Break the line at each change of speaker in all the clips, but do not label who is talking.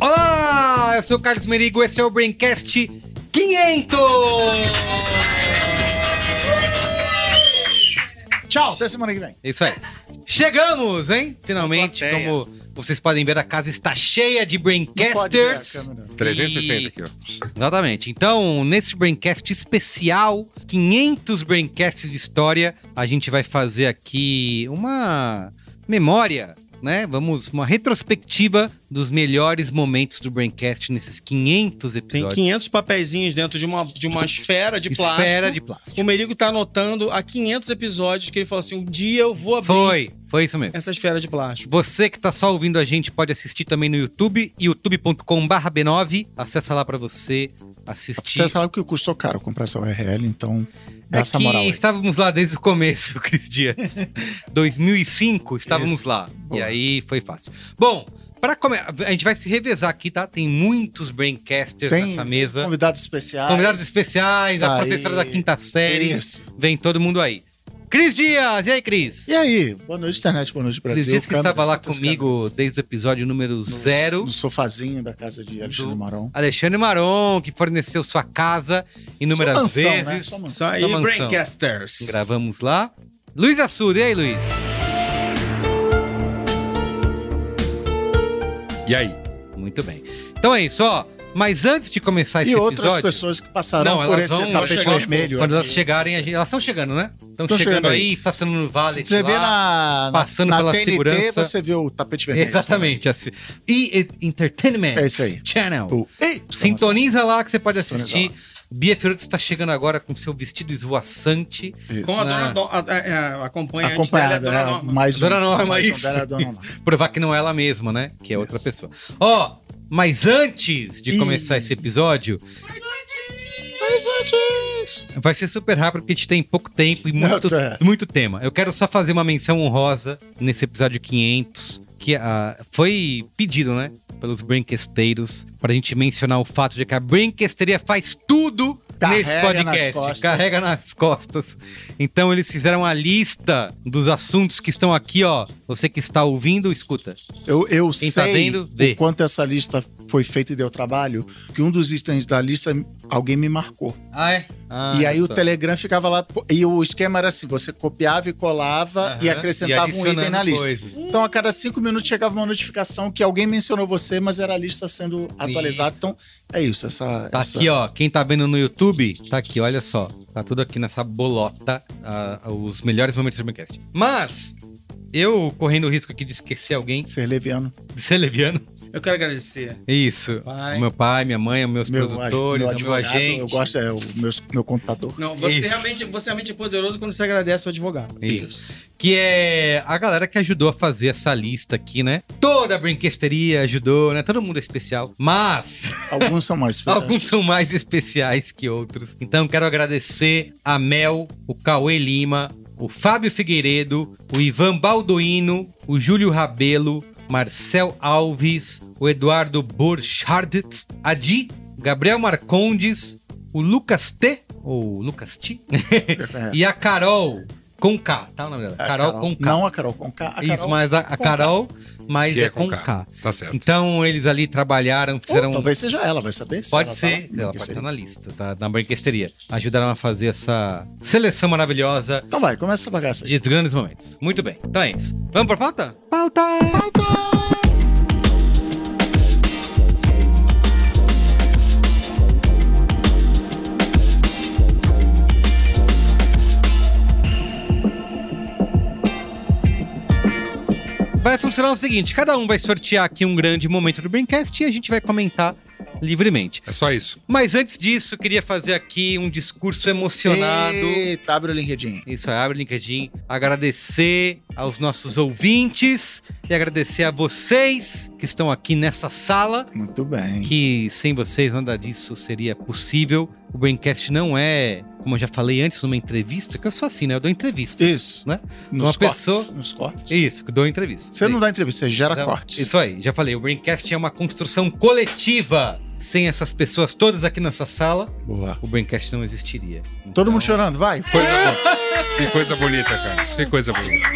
Olá, eu sou o Carlos Merigo, esse é o Braincast 500!
Tchau, até semana que vem.
Isso aí. Chegamos, hein? Finalmente,
Na plateia.
como vocês podem ver, a casa está cheia de
Não pode ver a
Braincasters.
câmera.
360
E-
aqui, ó.
Exatamente. Então, nesse Braincast especial, 500 Braincasts de história, a gente vai fazer aqui uma memória, né? Vamos, uma retrospectiva dos melhores momentos do Braincast nesses 500
Tem
episódios.
500 papeizinhos dentro de uma, de uma esfera de plástico.
Esfera de plástico.
O Merigo tá anotando há 500 episódios que ele falou assim: um dia eu vou abrir
Foi, foi isso mesmo.
essa esfera de plástico.
Você que tá só ouvindo a gente pode assistir também no YouTube, youtube.com.br B9. Acessa lá pra você assistir.
Você sabe que custou caro comprar essa URL, então dá
É
essa
que
moral aí.
estávamos lá desde o começo, Cris Dias. 2005, estávamos
Isso.
lá. E
Boa.
aí foi fácil. Bom, para começar, a gente vai se revezar aqui, tá? Tem muitos braincasters
Tem
nessa mesa.
Convidados especiais.
Convidados especiais, a
Tá Aí.
professora da quinta série.
Isso.
Vem todo mundo aí. Cris Dias, e aí, Cris?
E aí? Boa noite, internet. Boa noite, Brasil.
Cris Dias que estava
Câmeras,
lá
quantas
comigo
câmeras?
desde o episódio número
No-
zero.
No sofazinho da casa de Alexandre
Do-
Marão.
Alexandre Maron, que forneceu sua casa inúmeras
Só mansão, né?
vezes.
Só
Isso
mansão.
aí,
Só mansão.
Braincasters.
Gravamos lá. Luiz Assuda, e aí, Luiz?
E aí?
Muito bem. Então é isso, ó. Mas antes de começar esse
E outras
episódio.
pessoas que passaram por esse tapete
chegar-
vermelho.
Quando elas
aqui.
chegarem, a gente- elas estão chegando, né? Estão
Tão
chegando,
chegando
aí,
aí.
estacionando no vale.
Se Você vê Ah, na, na,
passando
na
pela
TNT,
segurança.
você vê o tapete vermelho.
Exatamente. Assim. E, e- Entertainment
É isso aí.
Channel.
O- Ei,
Sintoniza lá que você pode
Então, Sintoniza
assistir. Bia Ferrotto está chegando agora com seu vestido esvoaçante.
Isso.
Com a dona
Ah.
Do- a, a, a acompanhante
Acompanhada,
dela, é a
né?
dona Norma.
Mais um-
Dona Norma,
mais um
isso.
dela é a Dona Norma.
Provar que não é ela mesma, né? Que é outra pessoa. Ó, mas antes de
Ih.
começar esse episódio, vai ser super rápido porque a gente tem pouco tempo e
Não,
muito
tá.
muito tema. Eu quero só fazer uma menção honrosa nesse episódio 500, que ah, foi pedido, né? Pelos brinquesteiros, pra gente mencionar o fato de que a brinquesteria faz tudo
Carrega
nesse
nas
podcast.
costas.
carrega nas costas. Então eles fizeram a lista dos assuntos que estão aqui, ó. Você que está ouvindo, escuta.
Eu, eu sei
Quem tá vendo, vê.
o quanto essa lista foi feita e deu trabalho, que um dos itens da lista alguém me marcou.
Ah, é?
e aí o Telegram ficava lá. pô, E o esquema era assim: você copiava e colava e acrescentava um item na lista. Então, a cada cinco minutos chegava uma notificação que alguém mencionou você, mas era a lista sendo atualizada. Então, é isso. Essa,
Tá
essa-
aqui, ó. Quem tá vendo no YouTube, tá aqui, olha só. Tá tudo aqui nessa bolota. ah, os melhores momentos do Braincast. Mas, eu correndo o risco aqui de esquecer alguém,
Ser leviano.
de ser leviano.
Eu quero agradecer.
Isso.
Pai.
O meu pai, minha mãe, os meus produtores, o meu
Eu
agente.
gosto, é o meu, meu contador.
Não, você
Isso.
realmente, você realmente é poderoso quando você agradece ao advogado.
Isso. Que é a galera que ajudou a fazer essa lista aqui, né? Toda a brinquesteria ajudou, né? Todo mundo é especial. Mas.
Alguns são mais especiais.
Alguns são mais especiais que outros. Então quero agradecer a Mel, o Cauê Lima, o Fábio Figueiredo, o Ivan Balduino, o Júlio Rabelo, Marcel Alves, o Eduardo Burchardt, a Di, Gabriel Marcondes, o Lucas T, ou Lucas T,
É.
e a Carol com K, tá o nome dela?
A
Carol, com K.
Não a Carol com K. A
Isso,
Carol
mas a, a
com K.
Carol, mas
Que
é, com K.
Tá certo.
Então eles ali trabalharam, fizeram
Ou talvez seja ela, vai saber? se
Pode
ela tá lá.
ser, ela
Não
pode
sei.
estar na lista, tá? Na branquesteria. Ajudaram a fazer essa seleção maravilhosa
Então vai, começa essa bagaça aí.
de grandes momentos. Muito bem, então é isso. Vamos pra pauta? Pauta! Vai funcionar o seguinte: cada um vai sortear aqui um grande momento do Braincast e a gente vai comentar livremente.
É só isso.
Mas antes disso, queria fazer aqui um discurso emocionado.
Eita, abre o LinkedIn.
Isso, abre o LinkedIn. Agradecer aos nossos ouvintes e agradecer a vocês que estão aqui nessa sala,
Muito bem.
que sem vocês nada disso seria possível. O Braincast não é, como eu já falei antes numa entrevista, que eu sou assim, né? Eu dou entrevistas.
Isso.
né?
Nos
Uma
cortes,
pessoa-
Nos cortes.
Isso, que eu dou entrevista.
Você não
Sim.
dá entrevista, você gera
Então,
cortes.
Isso aí, já falei. O Braincast é uma construção coletiva. Sem essas pessoas todas aqui nessa sala,
Boa.
o Braincast não existiria.
Todo
Então-
mundo chorando, vai.
Coisa bo- Que coisa bonita, Carlos. Que coisa bonita.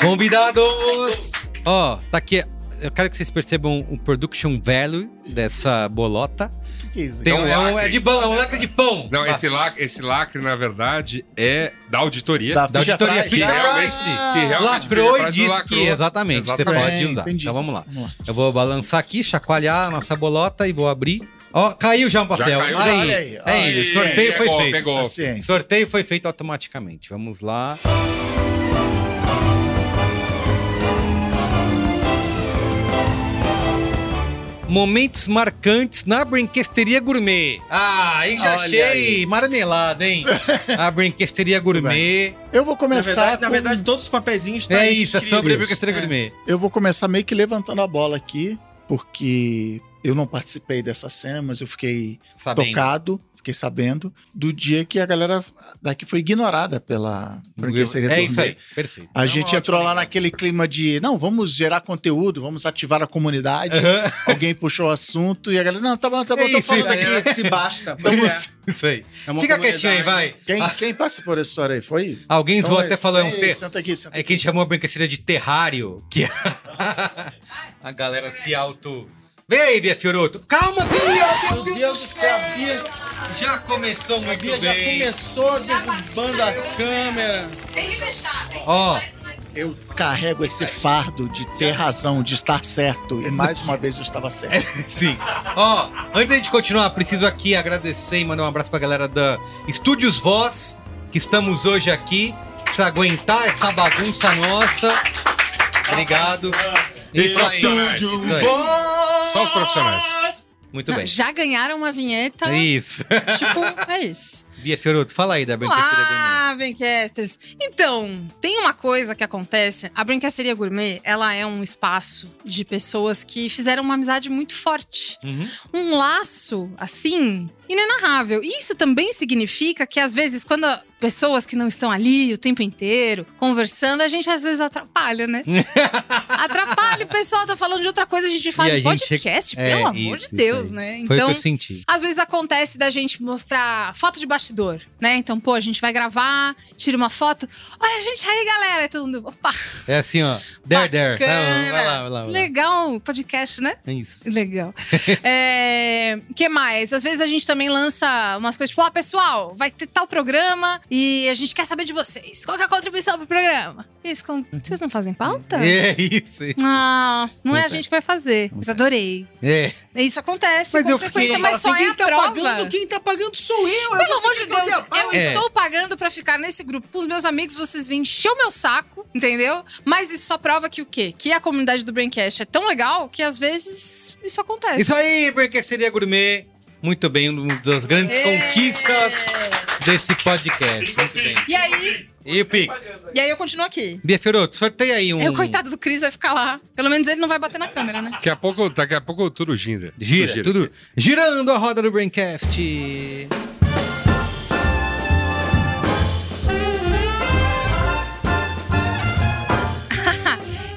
Convidados! Ó, tá aqui. Eu quero que vocês percebam o production value dessa bolota.
O que, que é isso?
Tem
É
um,
um
é, um,
lacre.
é de pão, é um lacre de pão.
Não, esse lacre, esse lacre, na verdade, é da auditoria.
da
Fisher
auditoria
Price.
que
Fisher
realmente-
Price.
que realmente
Lacrou
veio
e
atrás do
disse
lacrou.
que exatamente, você
Exatamente.
pode usar.
Entendi.
Então vamos lá.
Nossa.
Eu vou balançar aqui, chacoalhar a nossa bolota e vou abrir. Ó, caiu já um
Já
papel.
caiu,
Aí,
olha aí,
É
olha
isso,
aí.
sorteio foi
pegou,
feito.
Pegou.
Paciência.
Sorteio foi feito automaticamente. Vamos lá. Momentos marcantes na Brinquesteria Gourmet. Ah, aí já
Olha
achei marmelada, hein? A Brinquesteria Gourmet.
Eu vou
Na
começar.
verdade, na
com-
verdade, todos os papezinhos tá
é isso, é sobre a
escrito.
Brinquesteria
É.
Gourmet.
Eu vou começar meio que levantando a bola aqui, porque eu não participei dessa cena, mas eu fiquei
Sabendo.
tocado, fiquei sabendo, do dia que a galera daqui foi ignorada pela brinquesteria
É
do
isso
Gourmet.
aí, Então, perfeito.
A
É
gente
uma
entrou lá
ótima lembrança.
naquele clima de não, vamos gerar conteúdo, vamos ativar a comunidade.
Aham,
Alguém puxou o assunto e a galera, não, tá bom, tá bom,
É
tô
isso,
falando
é
aqui.
É, se basta. pois
Tamo-
é.
Isso aí.
É uma
Fica quietinho aí,
comunidade.
vai. Ah.
Quem, quem participou dessa história aí? Foi?
Alguém
Então,
zoou
vai.
até falou, é um
Ei,
texto.
Senta aqui, senta
É que a gente chamou a brinquedeira de terrário, que é a galera se auto... Vem aí, Bia Fioroto. Calma, Bia!
Meu Deus do céu, a Bia,
Já começou
a
muito
Bia já
bem.
começou derrubando a câmera.
Tem que deixar, tem que
Ó.
deixar isso na edição.
Eu carrego esse fardo de ter razão, de estar certo. E mais uma vez eu estava certo.
Sim. Ó, antes da gente continuar, preciso aqui agradecer e mandar um abraço pra galera da Estúdios Voz, que estamos hoje aqui. Precisa aguentar essa bagunça nossa. Obrigado. Isso aí.
Profissionais.
Isso aí.
Só os profissionais. tá.
Muito
Não,
bem.
Já ganharam uma vinheta.
Isso.
Tipo, é isso.
Bia Fioroto, fala aí da brinquedeira gourmet.
Olá, Brincasters! Então, tem uma coisa que acontece. A Brincasteria Gourmet, ela é um espaço de pessoas que fizeram uma amizade muito forte.
Uhum.
Um laço, assim, inenarrável. E isso também significa que, às vezes, quando a- pessoas que não estão ali o tempo inteiro conversando, a gente, às vezes, atrapalha, né? atrapalha, o pessoal tá falando de outra coisa, a gente fala
E
de
a gente-
podcast,
É,
pelo amor
isso, isso
de Deus,
aí.
né?
Foi o que
Então...
eu senti.
Às vezes acontece da gente mostrar foto de bastidor, né? Então, pô, a gente vai gravar, tira uma foto. Olha a gente aí, galera. E Todo mundo, opa,
É assim, ó. There, there. Vai lá,
bacana.
vai lá, vai lá. Vai lá.
Legal, podcast, né?
É isso.
Legal. é, que mais? Às vezes a gente também lança umas coisas, tipo, ó, pessoal, vai ter tal programa e a gente quer saber de vocês. Qual que é a contribuição pro programa? Isso, como- vocês não fazem pauta?
É isso. é isso.
Não, não é a
Puta.
gente que vai fazer. Mas adorei.
É.
Isso acontece
Mas
com
eu fiquei-
frequência, mas só
quem
é a
tá
prova.
pagando, quem tá pagando sou eu.
Pelo amor de Deus, eu
É.
estou pagando pra ficar nesse grupo com os meus amigos, vocês vêm encher o meu saco, entendeu? Mas isso só prova que o quê? Que a comunidade do Braincast é tão legal que às vezes isso acontece.
Isso aí, Brinquesteria Gourmet. Muito bem, uma das grandes
É.
conquistas desse podcast. Muito bem.
E aí,
E o Pix?
e aí eu continuo aqui.
Bia Fioroto, sorteia aí um.
Eu, coitado do Cris, vai ficar lá. Pelo menos ele não vai bater na câmera, né?
Daqui a pouco, daqui a pouco tudo gira.
Gira, tudo.
gira.
Girando a roda do Braincast.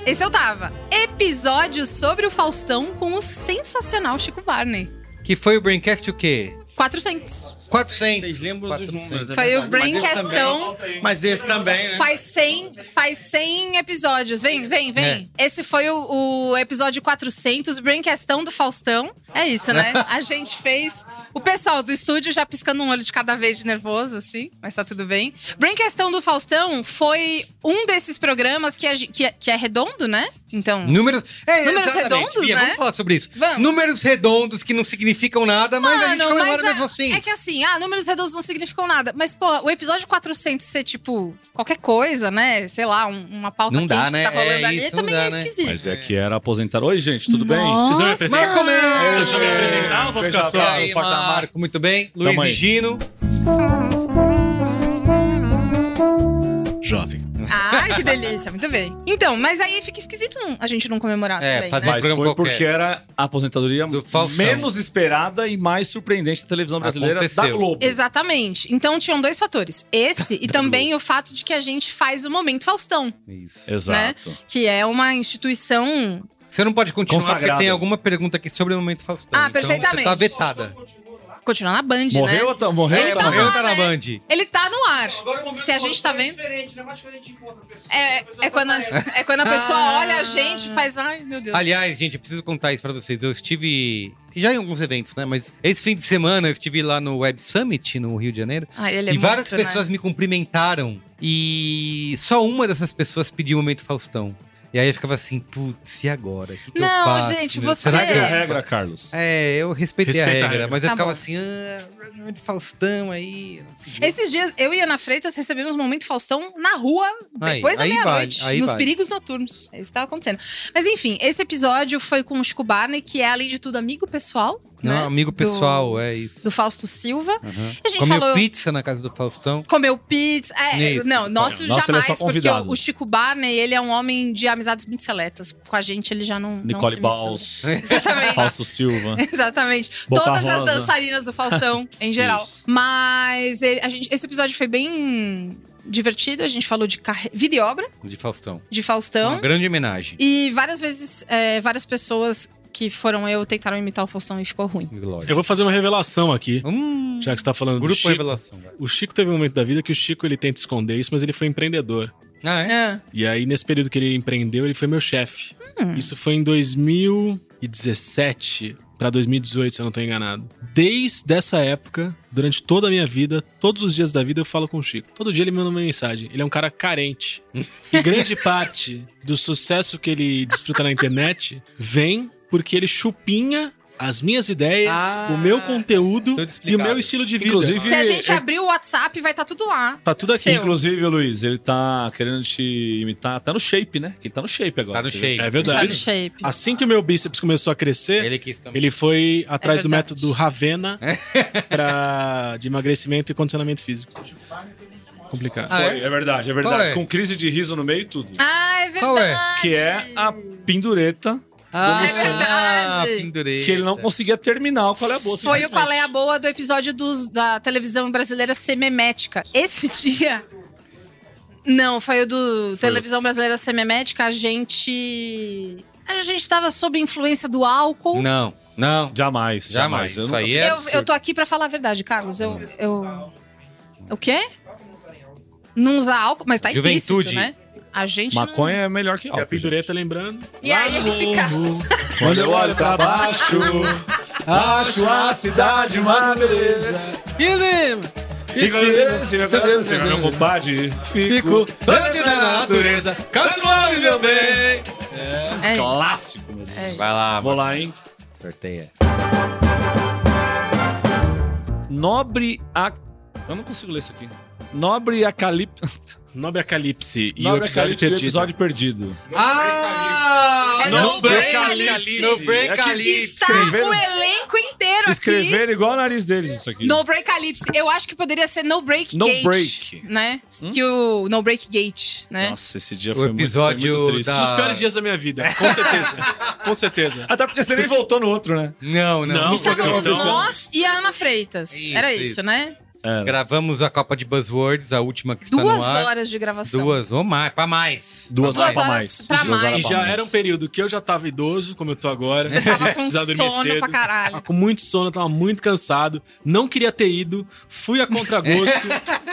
Esse eu tava. Episódio sobre o Faustão com o sensacional Chico Barney.
Que foi o Braincast o quê?
400.
400.
Vocês lembram dos números, é um
Foi o
verdade, mas esse
Braincastão.
também- Mas esse também, né?
Faz 100, faz 100 episódios.
É.
Vem, vem, vem. Esse foi o, o episódio 400, Braincastão do Faustão. É isso, né? A gente fez. O pessoal do estúdio já piscando um olho de cada vez de nervoso, assim, mas tá tudo bem. Braincastão do Faustão foi um desses programas que é, que é, que é redondo, né? Então.
Números, é,
Números
exatamente.
redondos,
Bia,
né?
vamos falar sobre isso.
Vamos.
Números redondos que não significam nada, mas a gente
Mano,
comemora
mas a-
mesmo assim.
É que assim, assim, ah, números reduzidos não significam nada. Mas, pô, o episódio 400 ser, tipo, qualquer coisa, né? Sei lá, um- uma pauta
Não
quente
dá,
que
né?
tá rolando
É
ali
isso, não
também
dá,
é
né?
esquisito.
Mas é que era aposentar. Oi, gente, tudo bem?
é- Nossa!
Vocês vão me apresentar? Vocês vão me apresentar ou vou ficar
E
só
aí,
forte na marca?
Marco, muito bem. Luiz
aí.
e Gino.
Jovem.
Ai, que delícia, muito bem. Então, mas aí fica esquisito não- a gente não comemorar
É,
também,
fazer-
né?
Mas
programa
foi
qualquer.
porque era a aposentadoria
Do Faustão.
menos esperada e mais surpreendente da televisão brasileira da
Aconteceu.
Globo.
né? Exatamente. Então tinham dois fatores. Esse e também o fato de que a gente faz o Momento Faustão, né?
Isso.
Exato.
que é uma instituição
Você não pode continuar porque
Consagrado.
tem alguma pergunta aqui sobre o momento Faustão.
Ah,
Então,
perfeitamente.
Você tá vetada.
continua na Band, né?
Morreu ou tá, morreu?
Ele
ou
é,
tá
tá
morreu
lá,
ou tá na
né?
Band?
Ele tá no ar. Se a gente tá vendo. É, é, quando, a- é quando a pessoa olha a gente e faz. Ai, meu Deus.
Ah. Aliás, gente, eu preciso contar isso pra vocês. Eu estive já em alguns eventos, né? Mas esse fim de semana eu estive lá no Web Summit, no Rio de Janeiro.
Ai, ele é
e várias
muito, né?
pessoas me cumprimentaram. E só uma dessas pessoas pediu o momento Faustão. E aí eu ficava assim, putz, e agora? O que, que eu
Não,
faço?
gente,
meu?
você-
Será que
Segue
eu-
a regra, Carlos.
É, eu respeitei
Respeita
a
a
regra,
regra.
mas eu
Tá
ficava
bom.
assim, ah, momento Faustão aí.
Esses dias, eu e Ana Freitas recebemos um momento Faustão na rua,
Aí,
depois
aí
da meia-noite,
vale, aí
nos
vale.
perigos noturnos. É isso que tava acontecendo. Mas enfim, esse episódio foi com o Chico Barney, que é, além de tudo, amigo pessoal.
Não,
né?
amigo
Do-
pessoal, é isso.
Do Fausto Silva.
Aham.
E a gente
Comeu
falou.
pizza na casa do Faustão.
Comeu pizza. É,
Isso.
não, nosso
Nossa, ele é
jamais,
só
porque
convidado.
o, o Chico Barney, ele é um homem de amizades muito seletas. Com a gente, ele já não. não
Nicole
se mistura.
Baus,
Exatamente.
Fausto Silva.
Exatamente.
Boca
Todas as
Rosa.
dançarinas do Falsão, em geral.
Isso.
Mas ele- a gente, esse episódio foi bem divertido. A gente falou de carre- vida e obra
De Faustão.
de
Uma
Faustão.
grande homenagem.
E várias vezes, é, várias pessoas que foram eu tentaram imitar o Faustão e ficou ruim.
Glória.
Eu vou fazer uma revelação aqui,
Hum,
já que você tá falando
grupo
do Chico.
Revelação. vai.
O Chico teve um momento da vida que o Chico ele tenta esconder isso, mas ele foi empreendedor.
Ah, é?
Ah,
E aí, nesse período que ele empreendeu, ele foi meu chefe.
Hum.
Isso foi em 2017 pra 2018, se eu não tô enganado. Desde essa época, durante toda a minha vida, todos os dias da vida eu falo com o Chico. Todo dia ele me manda uma mensagem. Ele é um cara carente. E grande parte do sucesso que ele desfruta na internet vem porque ele chupinha as minhas ideias,
Ah,
o meu conteúdo
tudo
e o
explicado.
meu estilo de vida.
Inclusive,
Se a gente
eu-
abrir o WhatsApp, vai estar tudo lá.
Tá tudo aqui,
Seu.
inclusive, Luiz. Ele tá querendo te imitar. Tá no shape, né? Que ele tá no shape agora.
Tá no
você
shape.
É
Tá no
verdade.
shape.
Assim que o meu bíceps começou a crescer,
Ele quis também.
Ele foi atrás do
verdade.
método Ravena
É.
pra, de emagrecimento e condicionamento físico. Complicado.
Ah,
viu?
é?
Foi, é? verdade, é
Qual
verdade.
é?
Com crise de riso no meio e tudo.
Ah, é verdade.
Qual é?
Que é a pendureta
Ah,
É verdade.
pendurei.
que ele não conseguia terminar o qual é a boa.
Foi o Qual é a Boa do episódio dos- da televisão brasileira ser memética. Esse dia. Não, foi o do Televisão Brasileira ser memética. A gente. A gente tava sob influência do álcool.
Não, não.
Jamais,
Jamais.
jamais.
Isso
não-
aí é
Eu,
absurdo.
eu tô aqui pra falar a verdade, Carlos. Eu. eu... O quê? Não usar álcool, mas tá
Juventude.
implícito, né? A gente. não-
Maconha é melhor que
E a
álcool. gente.
pendureta, lembrando.
E aí ele fica.
Quando eu olho pra baixo, acho a cidade uma beleza. E se você é meu compadre, fico doente na natureza. Castanho, meu bem.
É isso.
Um Clássico, meu Deus.
É isso.
Vai lá,
Ah, Vou lá, hein?
sorteia.
Nobre a... Eu não consigo ler isso aqui. Nobre Acalipse.
Nobre Acalipse e o
Nobre Acalipse e
episódio
o
perdido.
episódio perdido.
Ah!
É no
Breakalice.
No Breakalice.
Está
Escreveram-
o elenco inteiro aqui.
Escreveram igual o nariz deles isso aqui.
No Break Calypso. Eu acho que poderia ser No Break
No
Gate.
Break. Hum?
Né? Que o No Break Gate, né?
Nossa, esse dia
O
foi muito-
episódio
foi muito triste.
da-
Os piores dias da minha vida, com certeza. com certeza.
Até porque você nem voltou no outro, né?
Não, não.
Não.
Estávamos
Então,
nós e a Ana Freitas.
Isso,
Era isso,
isso.
né?
É.
Gravamos a Copa de Buzzwords, a última que está
Duas
no ar.
horas de gravação.
Duas, ou mais, pra mais.
Duas
horas
horas
pra
pra
horas
mais.
pra mais.
E já era um período que eu já tava idoso, como eu tô agora.
Você tava com
Precisava dormir
sono
cedo.
pra caralho.
Tava com muito sono, tava muito cansado. Não queria ter ido, fui a contragosto.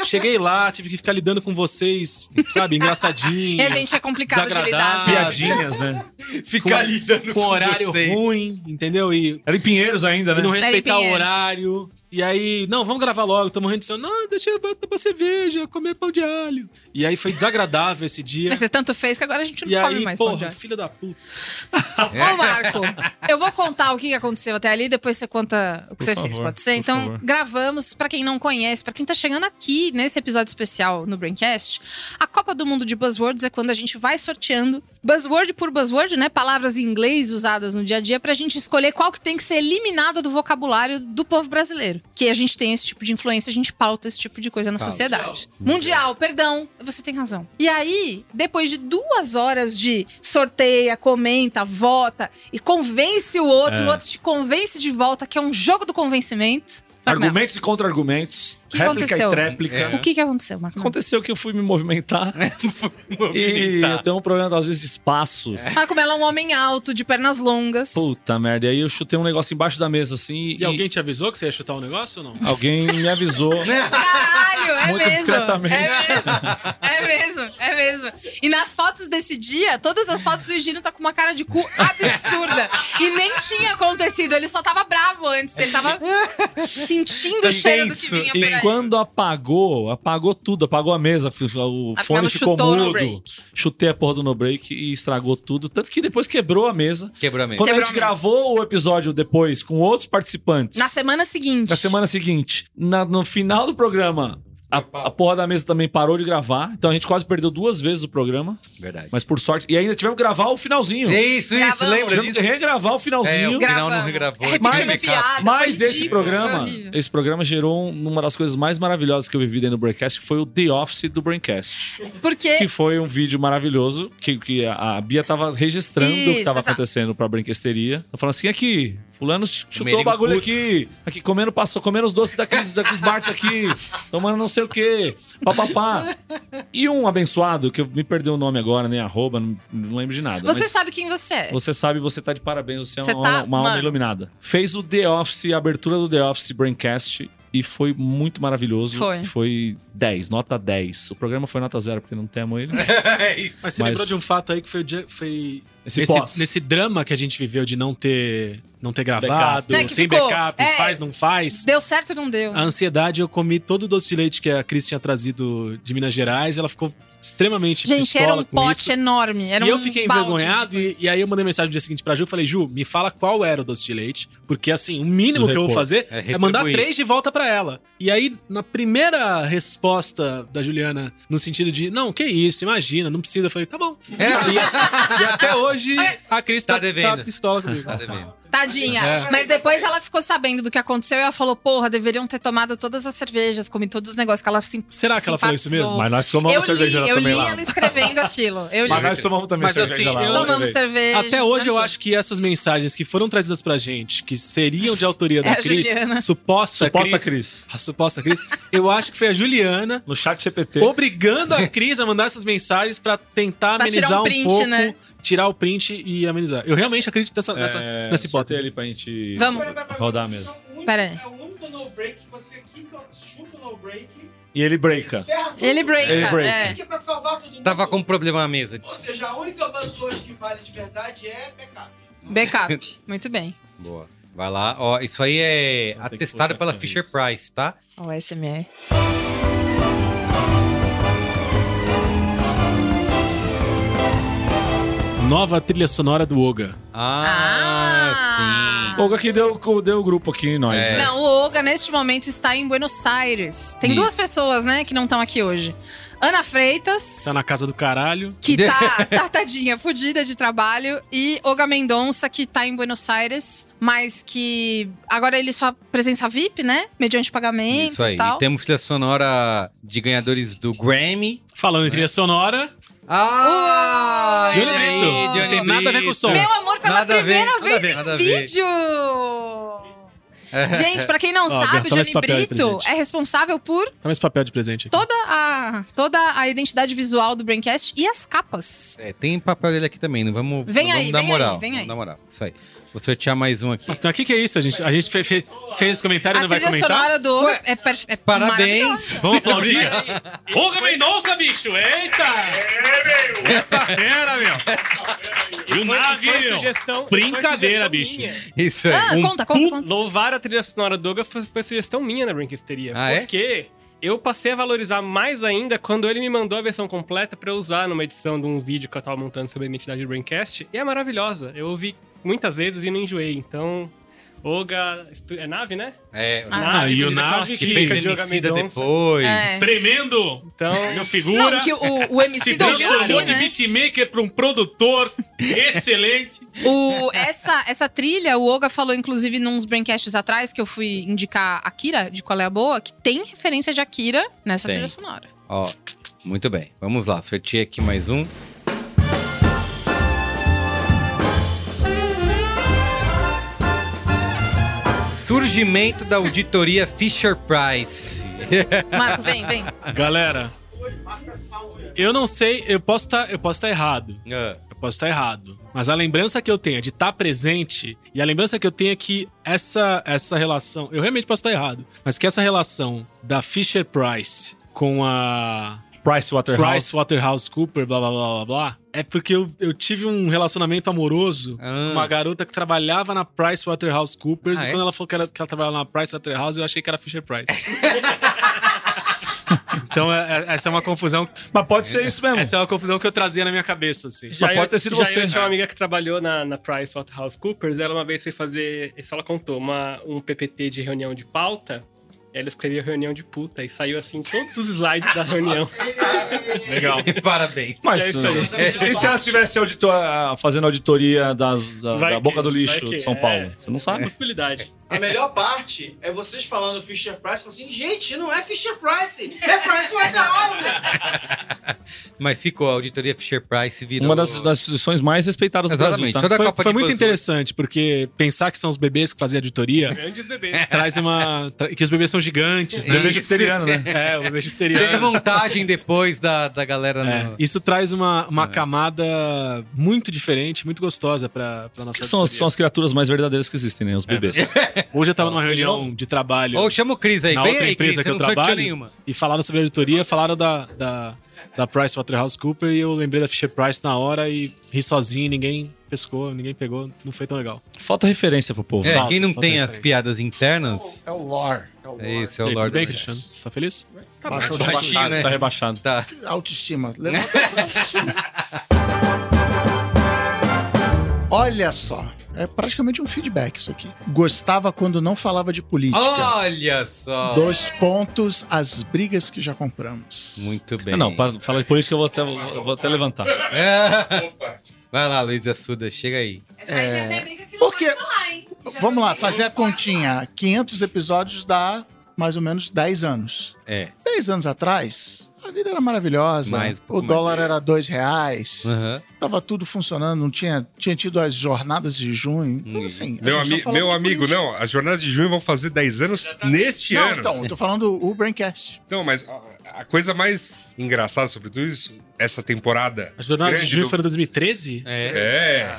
cheguei lá, tive que ficar lidando com vocês, sabe, engraçadinho.
E a gente é complicado de lidar. assim. às vezes.
Piadinhas, né?
Ficar lidando
com horário
vocês.
ruim, entendeu? E
Era em Pinheiros ainda, né?
E não
Era em
respeitar o
Pinheiros.
horário. E aí, não, vamos gravar logo, tô morrendo de sono. Não, deixa eu botar pra cerveja, comer pão de alho. E aí foi desagradável esse dia.
Mas Você tanto fez que agora a gente não
e
come
aí,
mais pão de
porra,
alho.
filho da puta.
Ô, Marco, eu vou contar o que que aconteceu até ali, depois você conta o que
Por
você
favor,
fez, pode ser?
por
Então,
favor.
gravamos, pra quem não conhece, pra quem tá chegando aqui nesse episódio especial no Braincast, a Copa do Mundo de Buzzwords é quando a gente vai sorteando buzzword por buzzword, né? Palavras em inglês usadas no dia a dia, pra gente escolher qual que tem que ser eliminada do vocabulário do povo brasileiro. Que a gente tem esse tipo de influência, a gente pauta esse tipo de coisa na sociedade. Mundial, perdão, você tem razão. E aí, depois de duas horas de sorteia, comenta, vota e convence o outro,
É.
o outro te convence de volta, que é um jogo do convencimento. Marco,
Argumentos e contra-argumentos.
Que
Réplica
aconteceu?
e tréplica.
o que, que aconteceu, Marco?
Aconteceu que eu fui me movimentar. e eu tenho um problema, às vezes, de espaço.
Marco Mello é um homem alto, de pernas longas.
Puta merda. E aí eu chutei um negócio embaixo da mesa, assim.
E, alguém te avisou que você ia chutar um negócio ou não?
alguém me avisou.
Né? Caralho, é
Muito
mesmo.
discretamente.
É mesmo. É mesmo, é mesmo. E nas fotos desse dia, todas as fotos o Gino tá com uma cara de cu absurda. E nem tinha acontecido, ele só tava bravo antes, ele tava sentindo
Tá
o cheiro do que
Intenso,
vinha por
E
aí.
quando apagou, apagou tudo, apagou a mesa, f- f- o
Afinal,
fone ficou
chutou no
mudo.
break.
Chutei a porra do no break e estragou tudo. Tanto que depois quebrou a mesa.
Quebrou a mesa.
Quando
Quebrou
a gente
a mesa.
gravou o episódio depois com outros participantes,
Na semana seguinte.
na semana seguinte, na- no final do programa, a, a porra da mesa também parou de gravar. Então a gente quase perdeu duas vezes o programa.
Verdade.
Mas por sorte. E ainda tivemos que gravar o finalzinho.
É isso, isso,
Gravamos. É,
lembra
Tivemos
disso?
que regravar o
É,
finalzinho.
o final não regravou.
Repetimos
Mas-
piada.
Mas
foi
esse
ridículo,
programa,
foi horrível.
esse programa gerou um- uma das coisas mais maravilhosas que eu vivi dentro do Braincast, que foi o The Office do Braincast.
Porque
Que foi um vídeo maravilhoso que, que a a Bia tava registrando o que
Isso,
tava
exato.
acontecendo pra Brinquesteria. Ela falou assim: aqui, fulano chutou
Merigo
o bagulho
puto.
aqui, aqui comendo, passou comendo os doces da Cris, da Cris Bartz aqui, tomando não sei o quê, papapá. E um abençoado, que eu me perdeu o nome agora, nem arroba, não, não lembro de nada.
você
mas-
sabe quem você é.
você sabe, você tá de parabéns, você,
Você
é uma,
tá,
uma alma
mano.
iluminada. Fez o The Office, a abertura do The Office Braincast e foi muito maravilhoso.
Foi.
10, nota 10. O programa foi nota 0 porque não temo ele.
é isso.
Mas você
Mas-
lembrou de um fato aí que foi o dia. Foi
Esse
nesse,
pós.
nesse drama que a gente viveu de não ter, não ter gravado,
Né, que
tem
ficou,
backup,
é.
faz, não faz.
Deu certo ou não deu?
A ansiedade, eu comi todo o doce de leite que a Cris tinha trazido de Minas Gerais. Ela ficou extremamente
Gente,
pistola
era um
com
pote
isso.
enorme. Era
e eu
um
fiquei
balde de
envergonhado e,
coisa.
e aí eu mandei mensagem no dia seguinte pra Ju e falei, Ju, me fala qual era o doce de leite, porque assim, o
Preciso
mínimo que eu vou
repor.
fazer
É
é, mandar
retribuir.
três de volta pra ela. E aí, na primeira resposta da Juliana, no sentido de, não, que isso, imagina, não precisa, eu falei, tá bom. E, a- e até hoje a Cris
É. Tá
tá, tá,
devendo.
pistola comigo.
Tá devendo.
Tadinha.
É.
Mas depois ela ficou sabendo do que aconteceu e ela falou: porra, deveriam ter tomado todas as cervejas, comido todos os negócios que ela sim,
Será que ela falou isso mesmo?
simpatizou.
Mas nós tomamos
eu
cerveja
li, eu
também
li
lá.
ela escrevendo aquilo. Eu li.
Mas nós tomamos também
Mas
cerveja
assim,
lá.
eu-
outra
Tomamos
vez.
cerveja.
Até hoje eu
sabe
acho que essas mensagens que foram trazidas pra gente, que seriam de autoria da
É a
Cris,
Juliana.
suposta,
Suposta Cris.
A suposta Cris. Eu acho que foi a Juliana
No chat GPT.
obrigando a Cris a mandar essas mensagens pra tentar
Pra
amenizar
tirar um
um,
print,
pouco,
né?
tirar o print e amenizar. Eu realmente acredito nessa, nessa,
É,
nessa
sorteio
hipótese.
ali pra gente
Vamos.
rodar mesmo.
Pera aí.
É o único no break que você quinta, chuta o no break,
E ele breaka.
ferra tudo.
Ele breaka.
Ele breaka.
é.
Fica pra salvar todo mundo.
Tava com um problema à mesa.
Ou seja, a única buzzword que vale de verdade é backup.
Backup. Muito bem.
Boa. Vai lá. Ó, isso aí é
ter que
atestado
colocar
pela
aqui
Fisher
isso.
Price, tá?
O SMR.
Nova trilha sonora do Oga.
Ah, sim.
Oga que deu deu o grupo aqui, nós.
É.
né?
Não, o Olga neste momento está em Buenos Aires. Tem duas pessoas, né, que não estão aqui hoje. Ana Freitas.
Tá na casa do caralho.
que tá, tá tadinha, fudida de trabalho, e Olga Mendonça, que tá em Buenos Aires, mas que agora ele só presença VIP, né? Mediante pagamento
Isso aí.
e tal.
E temos trilha sonora de ganhadores do Grammy.
Falando em trilha sonora,
Ah!
Oi! Johnny
aí,
Brito. Não tem nada a ver com o som.
Meu amor, pela
Nada a ver,
primeira
nada a
vez
ver,
em
nada a ver.
vídeo! Gente, pra quem não sabe,
Bertão,
o
esse
Johnny
papel aí,
Brito
presente.
é responsável por
toma esse Tá papel de presente aqui.
toda a, toda a identidade visual do Braincast e as capas.
É, tem papel dele aqui também, não vamos,
Vem
não
aí,
vamos dar
vem
moral.
aí, vem
vamos
aí.
dar moral. Isso aí. Vou sortear mais um aqui.
Então, o que, que é isso? A gente, a gente fe- fe- fez comentário e
A
não vai
trilha
comentar?
sonora do Ogro
Ué,
é, perfe- é
Parabéns!
Vamos aplaudir? Olga Mendonça, bicho! Eita! Essa fera, meu! E o nave,
Foi
meu!
sugestão-
Brincadeira,
foi sugestão
bicho.
minha.
Isso aí. Um
Ah, conta, conta, conta.
Louvar a trilha sonora do Olga foi, foi sugestão minha na Brinquesteria.
Ah, é?
porque eu passei a valorizar mais ainda quando ele me mandou a versão completa pra eu usar numa edição de um vídeo que eu tava montando sobre a identidade do Braincast. E é maravilhosa. Eu ouvi muitas vezes e não enjoei. Então, Olga... estu- É nave, né?
É,
Ah, e o
direção
nave
que
que-
artística
fez
de Olga
Emicida
Mendonça.
depois.
É.
Tremendo!
Então,
Meu figura!
Não, que o, o MC
se
do
transformou
Ogro,
de
né?
beatmaker para um produtor excelente.
O, essa, essa trilha, o Olga falou, inclusive, nos braincasts atrás, que eu fui indicar Akira, de Qual é a Boa, que tem referência de Akira nessa
Tem.
trilha sonora.
Ó, muito bem. Vamos lá, sorteei aqui mais um. Surgimento da auditoria Fisher Price.
Marco, vem, vem.
Galera, eu não sei, eu posso estar, eu posso estar errado.
Ah,
Eu posso estar errado. Mas a lembrança que eu tenho é de estar presente e a lembrança que eu tenho é que essa, essa relação. Eu realmente posso estar errado. Mas que essa relação da Fisher Price com a.
Price Waterhouse.
Price Waterhouse Cooper, blá blá blá blá blá. É porque eu, eu tive um relacionamento amoroso
Ah.
com uma garota que trabalhava na Price Waterhouse Coopers
Ah,
e
é?
quando ela falou que, era- que ela trabalhava na Price Waterhouse, eu achei que era Fisher Price. então é- é- essa é uma confusão.
Mas pode ser isso mesmo.
Essa é uma confusão que eu trazia na minha cabeça, assim.
Já
Mas
eu-
pode ter sido
já
você. né?
Eu tinha um uma amiga que trabalhou na, na Price Waterhouse Coopers. Ela uma vez foi fazer, isso ela contou, uma, um PPT de reunião de pauta. Ela escreveu reunião de puta e saiu assim todos os slides da reunião.
Legal.
Parabéns.
Mas
É isso aí.
e se ela estivesse auditor- ah, fazendo auditoria das- da,
Vai
da
que-
boca do
vai
lixo
que-
de São
é.
Paulo? Você
É
não
uma
sabe?
possibilidade.
A melhor parte é vocês falando Fisher Price, falando assim, gente, não é Fisher Price, é Price Waterhouse.
Mas ficou, a auditoria Fisher Price virou.
Uma das, das instituições mais respeitadas do Brasil,
Exatamente.
tá?
Toda a
Foi,
Copa
foi
de
muito
Buzzwords.
interessante, porque pensar que são os bebês que fazem auditoria
Grandes bebês.
traz uma. tra- que os bebês são gigantes, né?
Bebê jupiteriano, né?
É, o bebê jupiteriano.
Teve montagem depois da, da galera
É,
no...
isso traz uma, uma camada muito diferente, muito gostosa pra, pra nossa
Que são, as- são
auditoria.
as criaturas mais verdadeiras que existem,
É.
né? Os bebês.
Hoje eu tava numa reunião de trabalho
Ou chama o Cris aí.
na
Vem
outra
aí, Cris,
empresa
você
que eu
não sorteou
trabalho
nenhuma.
e falaram sobre auditoria, falaram da, da, da PricewaterhouseCoopers e eu lembrei da Fisher Price na hora e ri sozinho, ninguém pescou, ninguém pegou, não foi tão legal.
Falta referência pro povo.
É,
Falta,
quem não
falta
tem as
referência.
piadas internas...
É o lore. É o lore.
É isso, é
E
o
aí, tudo
Lord.
bem, Cristiano? Tá feliz?
Baixou de
Baixinho,
baixada.
né?
Tá rebaixado.
Tá.
Autoestima. Levanta essa autoestima. Olha só. É praticamente um feedback isso aqui. Gostava quando não falava de política.
Olha só.
Dois pontos, as brigas que já compramos.
Muito bem.
Ah, Não, para- fala de política, eu vou até, eu vou até levantar.
É. Vai lá, Luiz Assuda, chega aí.
Essa aí tem até briga que não
Porque-
pode falar, hein? Já
Vamos lá,
tem.
fazer a continha. 500 episódios dá mais ou menos 10 anos.
É.
10 anos atrás, a vida era maravilhosa.
Mais, um pouco
o
mais.
é.
dólar era 2 reais.
Aham.
Tava tudo funcionando, não tinha, tinha tido as jornadas de junho. Então, assim, a
Meu,
gente não
ami-
falava
meu
de
amigo,
política.
não. As jornadas de junho vão fazer 10 anos neste
Não,
ano.
então, eu tô falando o Braincast.
Então, mas a, a coisa mais engraçada sobre tudo isso, essa temporada.
As jornadas
grande
de junho
do-
foram 2013?
É.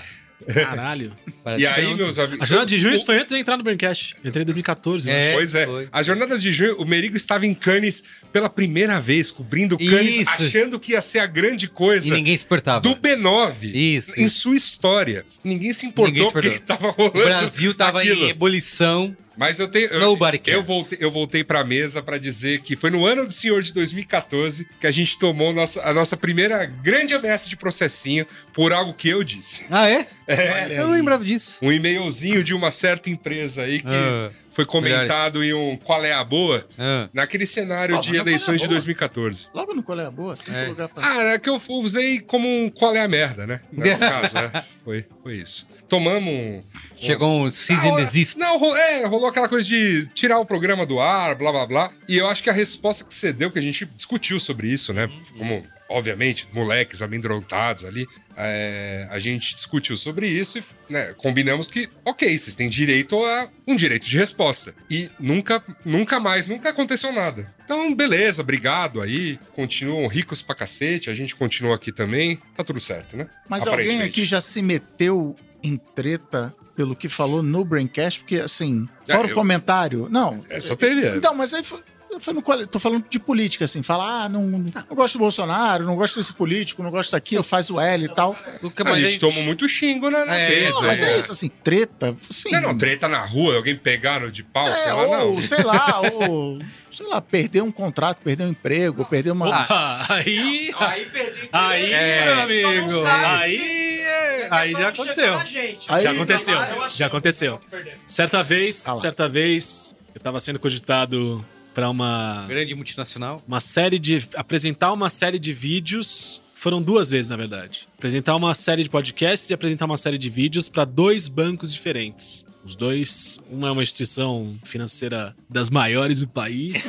Caralho.
Parece
E
que
aí,
não.
meus amigos.
A jornada de junho
o-
foi antes de eu entrar no Braincast. Eu entrei em 2014.
É,
Pois é.
foi.
As jornadas de junho, o Merigo estava em Cannes pela primeira vez, cobrindo Cannes,
Isso.
achando que ia ser a grande
E
coisa
ninguém suportava.
do B9
Isso.
em sua história. Ninguém se
Ninguém
importou
se
porque estava rolando.
O Brasil tava
aquilo.
em ebulição.
Mas eu tenho. Eu,
Nobody cares.
eu voltei, eu voltei pra mesa pra dizer que foi no ano do senhor de 2014 que a gente tomou nossa- a nossa primeira grande ameaça de processinho por algo que eu disse.
Ah, é?
Olha
Eu não
aí.
lembrava disso.
Um e-mailzinho de uma certa empresa aí que
Ah,
foi comentado em um Qual é a Boa
ah.
naquele cenário
Ah, mas
de
não é qual é a
eleições de
boa.
2014.
Logo no Qual é a Boa, tem
É.
que lugar pra...
Ah, é que eu usei como um qual é a merda, né? No caso,
é.
né? Foi, foi isso. Tomamos um.
Chegou um cisne
Ah,
desiste.
Não, ro- é, rolou aquela coisa de tirar o programa do ar, blá blá blá. E eu acho que a resposta que você deu, que a gente discutiu sobre isso, né? Como, obviamente, moleques amedrontados ali, é, a gente discutiu sobre isso e né, combinamos que, ok, vocês têm direito a um direito de resposta. E nunca, nunca mais, nunca aconteceu nada. Então, beleza, obrigado aí. Continuam ricos pra cacete, a gente continua aqui também. Tá tudo certo, né?
Mas alguém
Aparentemente.
aqui já se meteu em treta pelo que falou no Braincast, porque assim, fora
É, eu-
o comentário. Não.
É, só teve.
Então, mas aí foi. foi no quali- tô falando de política, assim, falar, ah, não, não gosto do Bolsonaro, não gosto desse político, não gosto daquilo, faz o L e tal.
a gente toma muito xingo né, nas
É,
redes.
não, mas
né?
é isso, assim, treta, sim. É,
Não, não, treta na rua, alguém pegaram de pau, sei lá,
ou,
não.
sei lá, ou, sei lá, perder um contrato, perder um emprego, perder uma.
Opa, aí.
Aí perdi.
Aí, meu
Só não
amigo.
sabe.
Aí. é, Aí
só
já
não chegou
aconteceu.
na gente.
Já
Aí,
aconteceu.
eu achei
Já aconteceu. Certa vez,
Ah lá.
certa vez, eu tava sendo cogitado pra uma
Grande multinacional.
uma série de apresentar uma série de vídeos foram duas vezes na verdade apresentar uma série de podcasts e apresentar uma série de vídeos para dois bancos diferentes os dois uma é uma instituição financeira das maiores do país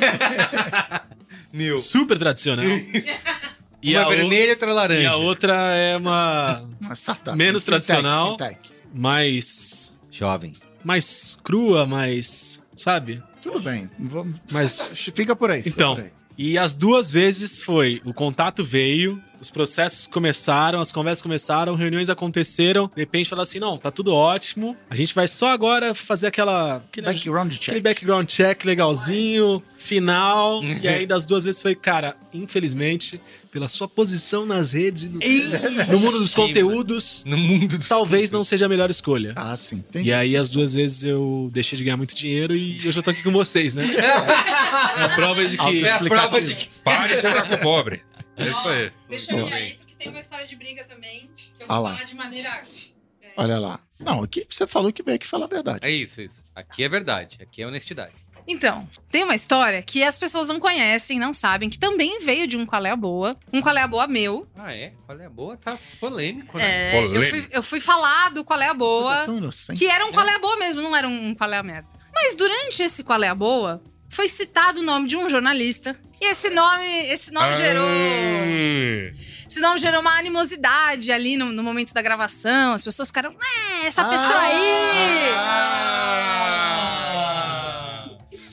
Meu.
super tradicional
Uma
o-
vermelha e outra laranja. Tá,
e a outra é uma
Uma startup.
menos
Fintech,
tradicional
fintech.
mais
Jovem.
mais crua mais sabe
Tudo bem, vamos.
mas
Fica por aí. fica
Então,
por aí.
e as duas vezes foi, o contato veio, os processos começaram, as conversas começaram, reuniões aconteceram, de repente falaram assim, não, tá tudo ótimo, a gente vai só agora fazer aquela... Aquele,
Background check.
aquele background check legalzinho, final, e aí das duas vezes foi, cara, infelizmente, pela sua posição nas redes, e no, no mundo dos conteúdos,
No mundo do
talvez não seja a melhor escolha.
Ah, sim, entendi.
E aí, as duas vezes eu deixei de ganhar muito dinheiro e eu já tô aqui com vocês, né? É a prova de que.
É a
explicar
prova
tudo.
de que.
Pare de jogar com o pobre. É isso aí.
Deixa eu ir aí, porque tem uma história de briga também. Que eu vou
Ah lá.
falar de maneira.
Olha lá. Não, aqui você falou que veio aqui falar a verdade.
É isso, isso. Aqui é verdade. Aqui é honestidade.
Então, tem uma história que as pessoas não conhecem, não sabem, que também veio de um qual é a boa. Um qual é a boa meu.
Ah, é? Qual é a boa? Tá polêmico, né?
É, eu,
Polêmico.
fui, eu fui falar do qual é a
Coisa
boa.
tão inocente.
Que era um qual é a boa mesmo, não era um qual é a merda. Mas durante esse qual é a boa, foi citado o nome de um jornalista. E esse nome, esse
Ah.
nome gerou. Uhum.
Hum.
Senão gerou uma animosidade ali no, no momento da gravação. As pessoas ficaram, é,
Ah.
essa pessoa aí!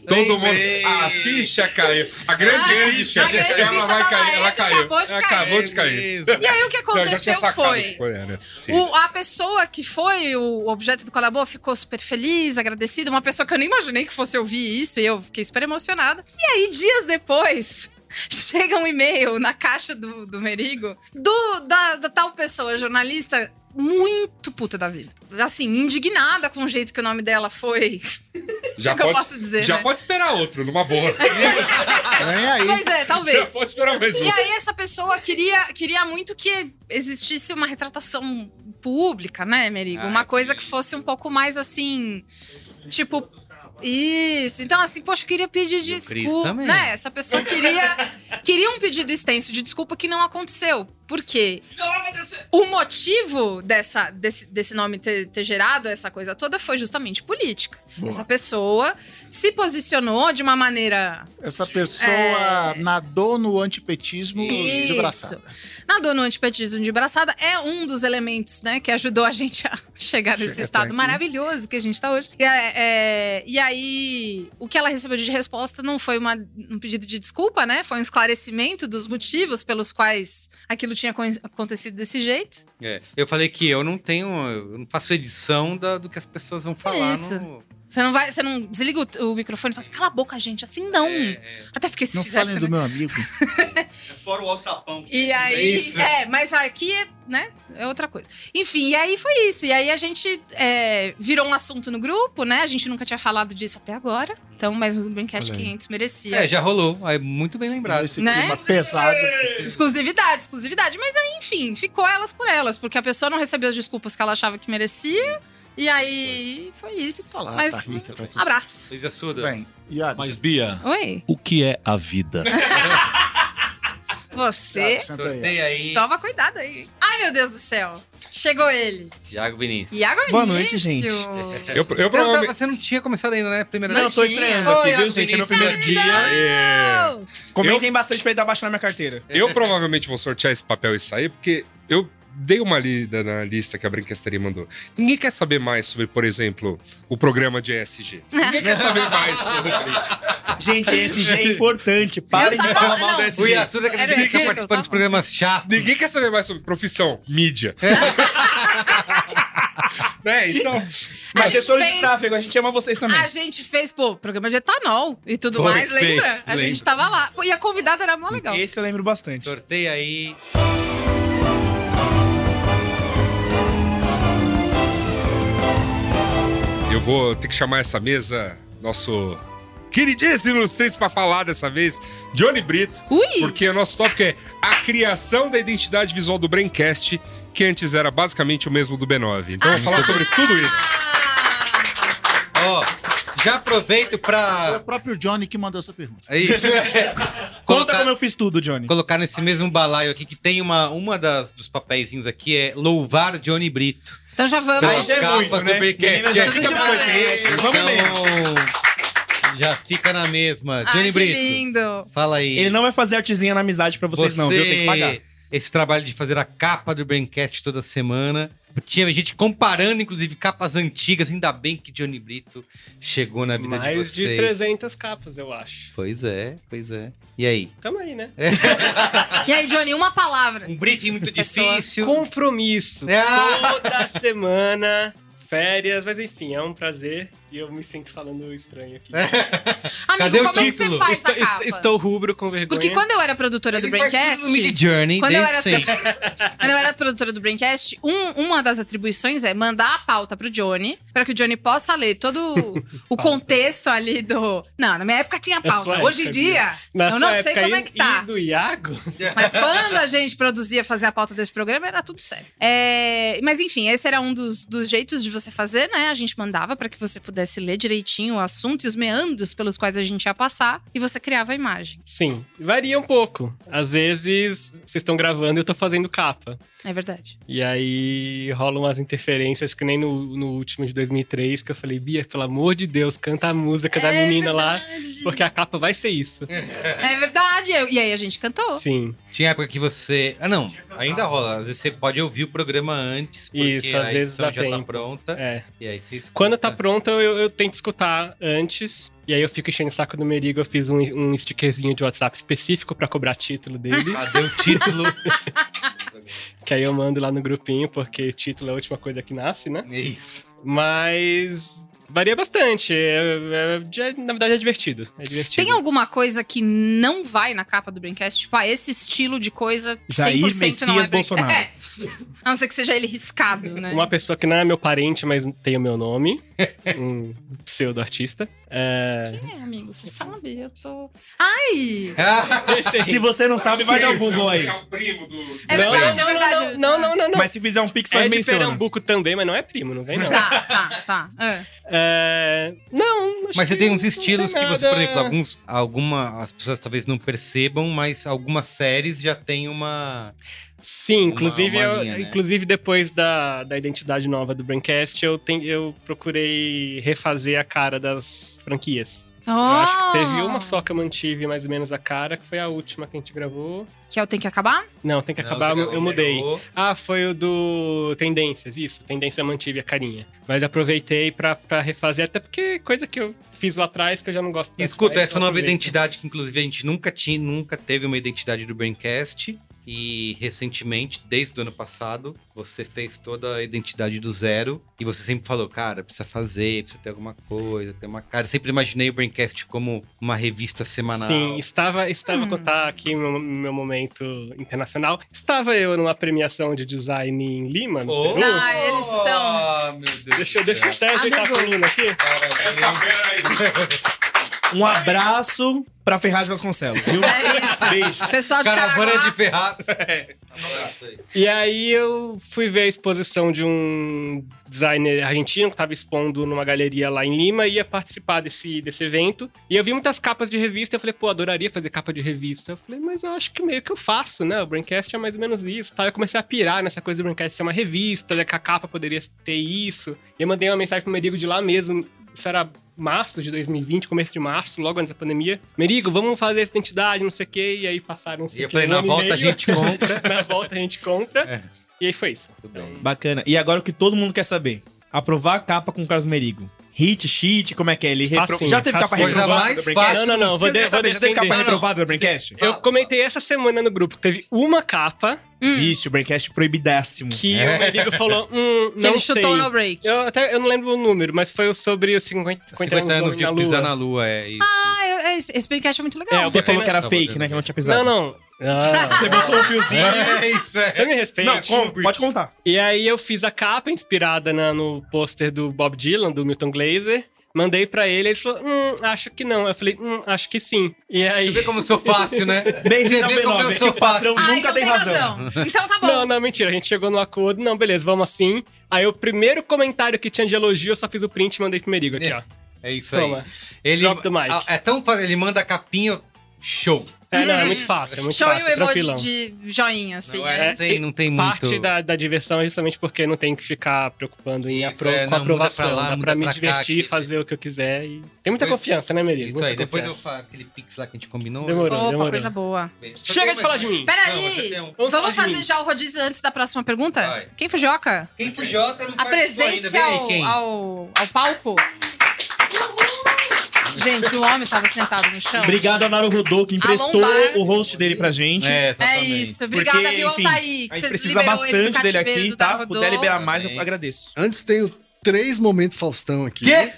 Todo
Lembrei.
mundo. A ficha caiu. A grande
Ah,
ficha.
a grande
ela
ficha tá
vai
da
cair.
Laerte
Ela caiu.
acabou de
Ela
cair.
acabou de cair.
Mesmo.
E aí o que
Não, eu já tinha
aconteceu
sacado
foi.
que era, né? Sim.
o- a pessoa que foi o objeto do colabor ficou super feliz, agradecida. Uma pessoa que eu nem imaginei que fosse ouvir isso e eu fiquei super emocionada. E aí, dias depois, chega um e-mail na caixa do, do Merigo do, da, da tal pessoa, jornalista, muito puta da vida. Assim, indignada com o jeito que o nome dela foi.
já
que eu posso dizer,
Já
né?
pode esperar outro, numa boa.
Vem aí.
Pois é,
já
talvez.
pode esperar mais um.
E aí essa pessoa queria, queria muito que existisse uma retratação pública, né, Merigo?
Ah,
uma coisa
entendi.
que fosse um pouco mais assim, tipo isso. Então assim, poxa, eu queria pedir
Cris
desculpa,
também.
né? Essa pessoa queria queria um pedido extenso de desculpa que não aconteceu. Por quê? O motivo dessa, desse, desse nome ter, ter gerado essa coisa toda foi justamente política.
Boa.
Essa pessoa se posicionou de uma maneira
Essa pessoa
É.
nadou no antipetismo de
Isso.
braçada.
Nadou no antipetismo de braçada é um dos elementos, né, que ajudou a gente a chegar nesse
Chega até
estado
aqui.
maravilhoso que a gente tá hoje. E, é, é, e aí, o que ela recebeu de resposta não foi uma- um pedido de desculpa, né? Foi um esclarecimento dos motivos pelos quais aquilo tinha acon- acontecido desse jeito.
É, Eu falei que eu não tenho. Eu não faço edição da- do que as pessoas vão
Tá
falar.
É isso.
no-
Você não vai, você não desliga o, o microfone e fala assim, cala a boca, gente, assim não.
É,
Até porque se
Não
fizesse. né?
falem do meu amigo.
É fora o alçapão.
E aí,
isso.
é, mas aqui é, né, é outra coisa. Enfim, e aí foi isso. E aí a gente é, virou um assunto no grupo, né? A gente nunca tinha falado disso até agora. Então, mas o Braincast
Olha aí.
500
é.
merecia.
É, já rolou. É muito bem lembrado.
Esse
Né?
clima pesado.
Exclusividade, exclusividade. Mas aí, enfim, ficou elas por elas. Porque a pessoa não recebeu as desculpas que ela achava que merecia. E aí, foi isso.
Tá lá, tá
mas,
rica, tá tudo
abraço.
Luiz Assuda.
bem. E a
Mas, Bia,
Oi,
o que é a vida?
você...
Tá, Senta aí.
Sorteia aí.
Toma cuidado aí. Ai, meu Deus do céu. Chegou ele.
Iago Vinícius.
Iago
Boa noite,
Vinícius.
Eu, eu
Você, não tava-
provavelmente.
você não tinha começado ainda, né? Primeira
Não,
vez.
tô estranhando
Oi,
aqui, viu,
Iago
gente? É meu
Vinícius.
primeiro dia.
É.
Deus!
Comentem bastante pra ele dar baixo na minha carteira.
Eu provavelmente vou sortear esse papel e sair, porque eu dei uma lida na lista que a Brinquesteria mandou. Ninguém quer saber mais sobre, por exemplo, o programa de ESG. Ninguém quer saber mais sobre.
Gente, esse G é importante. Parem
Eu
de
tava-
falar mal
não.
do
O
SG.
Yasuda que
Era
ele
esse que eu
participando
tava.
dos programas chatos.
É.
Ninguém quer saber mais sobre profissão, mídia. É, então.
A
Mas
gente
gestores de
fez-
tráfego, a gente ama vocês também.
A gente fez, pô, programa de etanol e tudo
Foi,
mais, lembra?
fez,
a gente
lembro.
tava lá. Pô, E a convidada era mó legal.
Esse eu lembro bastante.
Sorteia aí.
Eu vou ter que chamar essa mesa, nosso queridíssimo vocês para falar dessa vez, Johnny Brito. Porque o nosso tópico é a criação da identidade visual do Braincast, que antes era basicamente o mesmo do B9. Então,
Ah,
eu vou falar
tá.
sobre tudo isso.
Ó, já aproveito
Foi
pra.
o próprio Johnny que mandou essa pergunta.
É isso. Conta como
eu fiz tudo, Johnny.
Colocar nesse mesmo balaio aqui que tem uma, uma das, dos papeizinhos aqui é louvar Johnny Brito.
Então já vamos.
Pelas capas do Braincast.
já fica biscoiteiro.
Vamos
Então, já fica na mesma. Johnny
Ai, que
Brito.
lindo.
Fala aí.
Ele não vai fazer artezinha na amizade pra vocês, não, viu? Tem que pagar.
Esse trabalho de fazer a capa do Braincast toda semana. Tinha gente comparando, inclusive, capas antigas. Ainda bem que Johnny Brito chegou na vida de
Mais
vocês.
de 300 capas, eu acho.
Pois é, pois é. E aí?
Tamo aí, né?
E aí, Johnny, uma palavra.
É. Um briefing muito difícil.
É Compromisso.
Ah.
Toda semana, férias, mas enfim, é um prazer e eu me sinto falando estranho aqui.
Amigo, como é que você faz
estou,
essa capa?
est- Estou rubro com vergonha.
Porque quando eu era produtora do
faz
Braincast.
tudo no Midjourney,
quando, eu era,
desde
quando eu era produtora do Braincast, um- uma das atribuições é mandar a pauta pro Johnny, pra que o Johnny possa ler todo o contexto ali do. Não, na minha época tinha
Na
pauta.
sua
Hoje em
É época,
dia,
Bia. Na
eu
sua
não sei
época
como
aí
é que tá.
e do Iago?
Mas quando a gente produzia, fazia a pauta desse programa, era tudo sério. É, mas enfim, esse era um dos, dos jeitos de você fazer, né? A gente mandava pra que você pudesse ler direitinho o assunto e os meandros pelos quais a gente ia passar, e você criava a imagem.
Sim, varia um pouco. Às vezes, vocês estão gravando e eu tô fazendo capa.
É verdade.
E aí rolam umas interferências, que nem no, no último de 2003, que eu falei, Bia, pelo amor de Deus, canta a música da
É
menina lá, porque a capa vai ser isso.
É verdade. eu- E aí a gente cantou.
Sim.
Tinha época que você. Ah, não, ainda rola. Às vezes você pode ouvir o programa antes, porque
Isso, às
a
vezes
edição
dá
já tá
tempo.
pronta.
É.
E aí você escuta.
É.
Quando tá pronta, eu, eu tento escutar antes. E aí eu fico enchendo o saco do Merigo. Eu fiz um, um stickerzinho de WhatsApp específico pra cobrar título dele.
Ah, deu título.
que aí eu mando lá no grupinho, porque título é a última coisa que nasce, né?
É
Isso.
Mas varia bastante. É- é- é- na verdade, é divertido. É divertido.
Tem alguma coisa que não vai na capa do Braincast? Tipo, ah, esse estilo de coisa 100%
Jair
não é
Messias
Braincast.
Bolsonaro.
É. A não ser que seja ele riscado, né?
Uma pessoa que não é meu parente, mas tem o meu nome. um pseudo-artista. É...
É, amigo, você sabe, eu tô... Ai!
Se você não sabe, vai dar o Google aí.
É verdade, é verdade.
Não, não, não, não.
Mas se fizer um pix,
É
nós
de
menciona.
Pernambuco também, mas não é primo, não vem não.
Tá, tá. É.
É, Não, acho
Mas você
que
tem uns
não
estilos
tem
que você, por
nada.
exemplo, alguns. Alguma. As pessoas talvez não percebam, mas algumas séries já tem uma.
Sim, Inclusive,
uma
eu-
linha, né?
inclusive depois da, da identidade nova do Braincast, eu, ten- eu procurei refazer a cara das franquias. Eu acho que teve uma só que eu mantive mais ou menos a cara, que foi a última que a gente gravou.
Que é o Tem Que Acabar?
Não, tem que
Não,
acabar, é um
tem que
eu,
acabar,
mudei.
pegou.
Ah, foi o do Tendências, isso. Tendência eu mantive a carinha. Mas aproveitei pra, pra refazer, até porque coisa que eu fiz lá atrás que eu já não gosto. tanto né? Então,
Escuta,
mais,
essa
eu
nova
aproveito.
identidade que, inclusive, a gente nunca tinha, nunca teve uma identidade do Braincast. E recentemente, desde o ano passado, você fez toda a identidade do zero. E você sempre falou, cara, precisa fazer, precisa ter alguma coisa, ter uma cara. Eu sempre imaginei o Braincast como uma revista semanal.
Sim, estava,
Hum.
estava contar aqui meu, meu momento internacional. Estava eu numa premiação de design em Lima, no
Oh.
Peru.
Ah, eles são...
Ah, meu Deus.
Deixa, eu- deixa eu até ajeitar a
Amigo.
coluna aqui.
Um abraço pra Ferraz Vasconcelos, viu?
É isso.
Beijo.
Pessoal de
Caravana
Caraguá.
de Ferraz.
E aí eu fui ver a exposição de um designer argentino que estava expondo numa galeria lá em Lima e ia participar desse, desse evento. E eu vi muitas capas de revista, eu falei, pô, adoraria fazer capa de revista. Eu falei, mas eu acho que meio que eu faço, né? O Braincast é mais ou menos isso. Tá? Eu comecei a pirar nessa coisa do Braincast ser uma revista, né? que a capa poderia ter isso. E eu mandei uma mensagem pro Merigo de lá mesmo. Isso era março de 2020, começo de março, logo antes da pandemia. Merigo, vamos fazer essa identidade, não sei o quê. E aí passaram...
E eu falei, na volta a gente compra.
Na volta a gente compra.
É.
E aí foi isso.
Bacana. E agora o que todo mundo quer saber. Aprovar a capa com o Carlos Merigo. hit, cheat, como é que é? Ele repro...
Facinho,
Já teve capa
facinho.
reprovada
Coisa mais
do Braincast?
fácil. Não, não, não, vou
Eu quero
de-
saber,
vou
já teve capa
defender.
reprovada do Braincast?
Eu comentei essa semana no grupo que teve uma capa.
Hum.
Vixe, o Braincast É. proibidássimo.
Que o meu amigo falou, hum,
Que
não
ele chutou
sei.
no break.
Eu, até, eu não lembro o número, mas foi sobre os 50, 50,
50 anos de
um na
pisar
lua.
na lua, é isso.
Ah, eu- esse, esse podcast é muito legal.
É, eu
Você
botei
falou
na-
que era
Só
fake,
botei
né? Que não tinha
Não,
pisado.
não. Ah.
Você botou um fiozinho.
É isso, é.
Você me respeita.
Não, com- pode contar.
E aí eu fiz a capa inspirada na- no pôster do Bob Dylan, do Milton Glaser. Mandei pra ele, ele falou, hum, acho que não. Eu falei, hum, acho que sim. E aí... Você vê
como eu sou fácil, né?
Bem,
Você
não,
vê como
Benob,
eu
né?
sou
o patrão
fácil.
Ah,
nunca
então
tem razão.
Então tá bom.
Não, não, mentira. A gente chegou no acordo. Não, beleza, vamos assim. Aí o primeiro comentário que tinha de elogio, eu só fiz o print e mandei pro Merigo aqui, ó.
É isso
Toma.
aí. Ele,
Drop the mic.
Ah, É tão fácil, ele manda a capinha, show.
É, não, é muito fácil, é muito
Hum. Uhum. Show
fácil,
e o emoji
tranquilão.
de joinha, assim.
Não é,
né?
não tem, não tem
Parte
muito.
da, da diversão é justamente porque não tem que ficar preocupando em apro
é,
com a
não, muda
aprovação.
pra lá,
Dá
muda
pra me
pra cá,
divertir, fazer o que eu quiser. E... Tem muita
Depois-
confiança, né, Merigo?
é. Isso
Muita
aí, depois eu
confiança.
faço aquele pix lá que a gente combinou. né?
Demorou,
Opa,
demorou.
coisa boa.
Chega de falar de mim!
Peraí,
Vamos falar
vamos
de
fazer
mim.
já o rodízio antes da próxima pergunta?
um- Vai.
Quem fujoca?
Quem fujoca não
Apresente-se
participou ainda. Vem aí,
ao,
quem?
ao, ao palco. Gente, o homem tava sentado no chão.
Obrigado a Naru Rodô, que emprestou
A lombar.
o host dele pra gente.
É
É, exatamente.
isso, obrigada,
Porque,
viu,
enfim,
Altair? Que
a
você
gente precisa
liberou ele do
bastante
cativeiro
dele aqui,
do É
tá?
Naru Rodô.
Puder liberar mais, eu
Parabéns.
agradeço.
Antes tenho três momentos Faustão aqui.
Quê?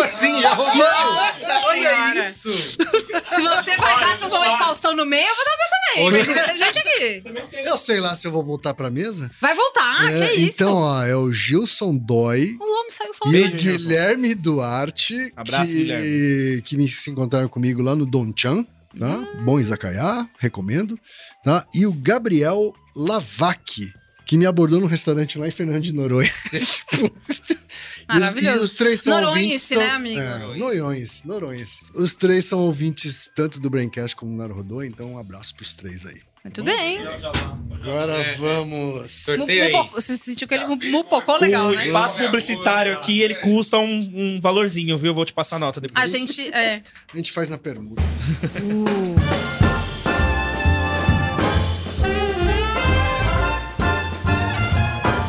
assim? Já rolou?
Nossa
Olha
Senhora.
isso!
Se você vai dar seus momentos Faustão no meio, eu vou dar meu também.
Olha.
Vai ter gente aqui.
Eu sei lá se eu vou voltar pra mesa.
Vai voltar,
É,
Ah, que isso?
Então, ó, é o Gilson Dói.
O homem saiu
E
falando.
o Guilherme Duarte,
Abraço,
que,
Guilherme.
que me se encontraram comigo lá no Don Chan, tá?
Ah.
Bom Izakaya, recomendo. Tá? E o Gabriel Lavac, que me abordou num restaurante lá em Fernando de Noronha. Tipo, e os- e, os,
Maravilhoso.
três são
Noronhense,
ouvintes. São,
né, amigo?
É, Noronhense, Noronhense. Os três são ouvintes tanto do Braincast como do Narodô, então um abraço pros três aí.
Muito bem.
Agora
É.
vamos.
Mu- mupo- Você sentiu que ele mu- mupocou legal,
O
né?
espaço publicitário aqui, ele custa um, um valorzinho, viu? Eu vou te passar a nota depois.
A gente. É.
A gente faz na permuta.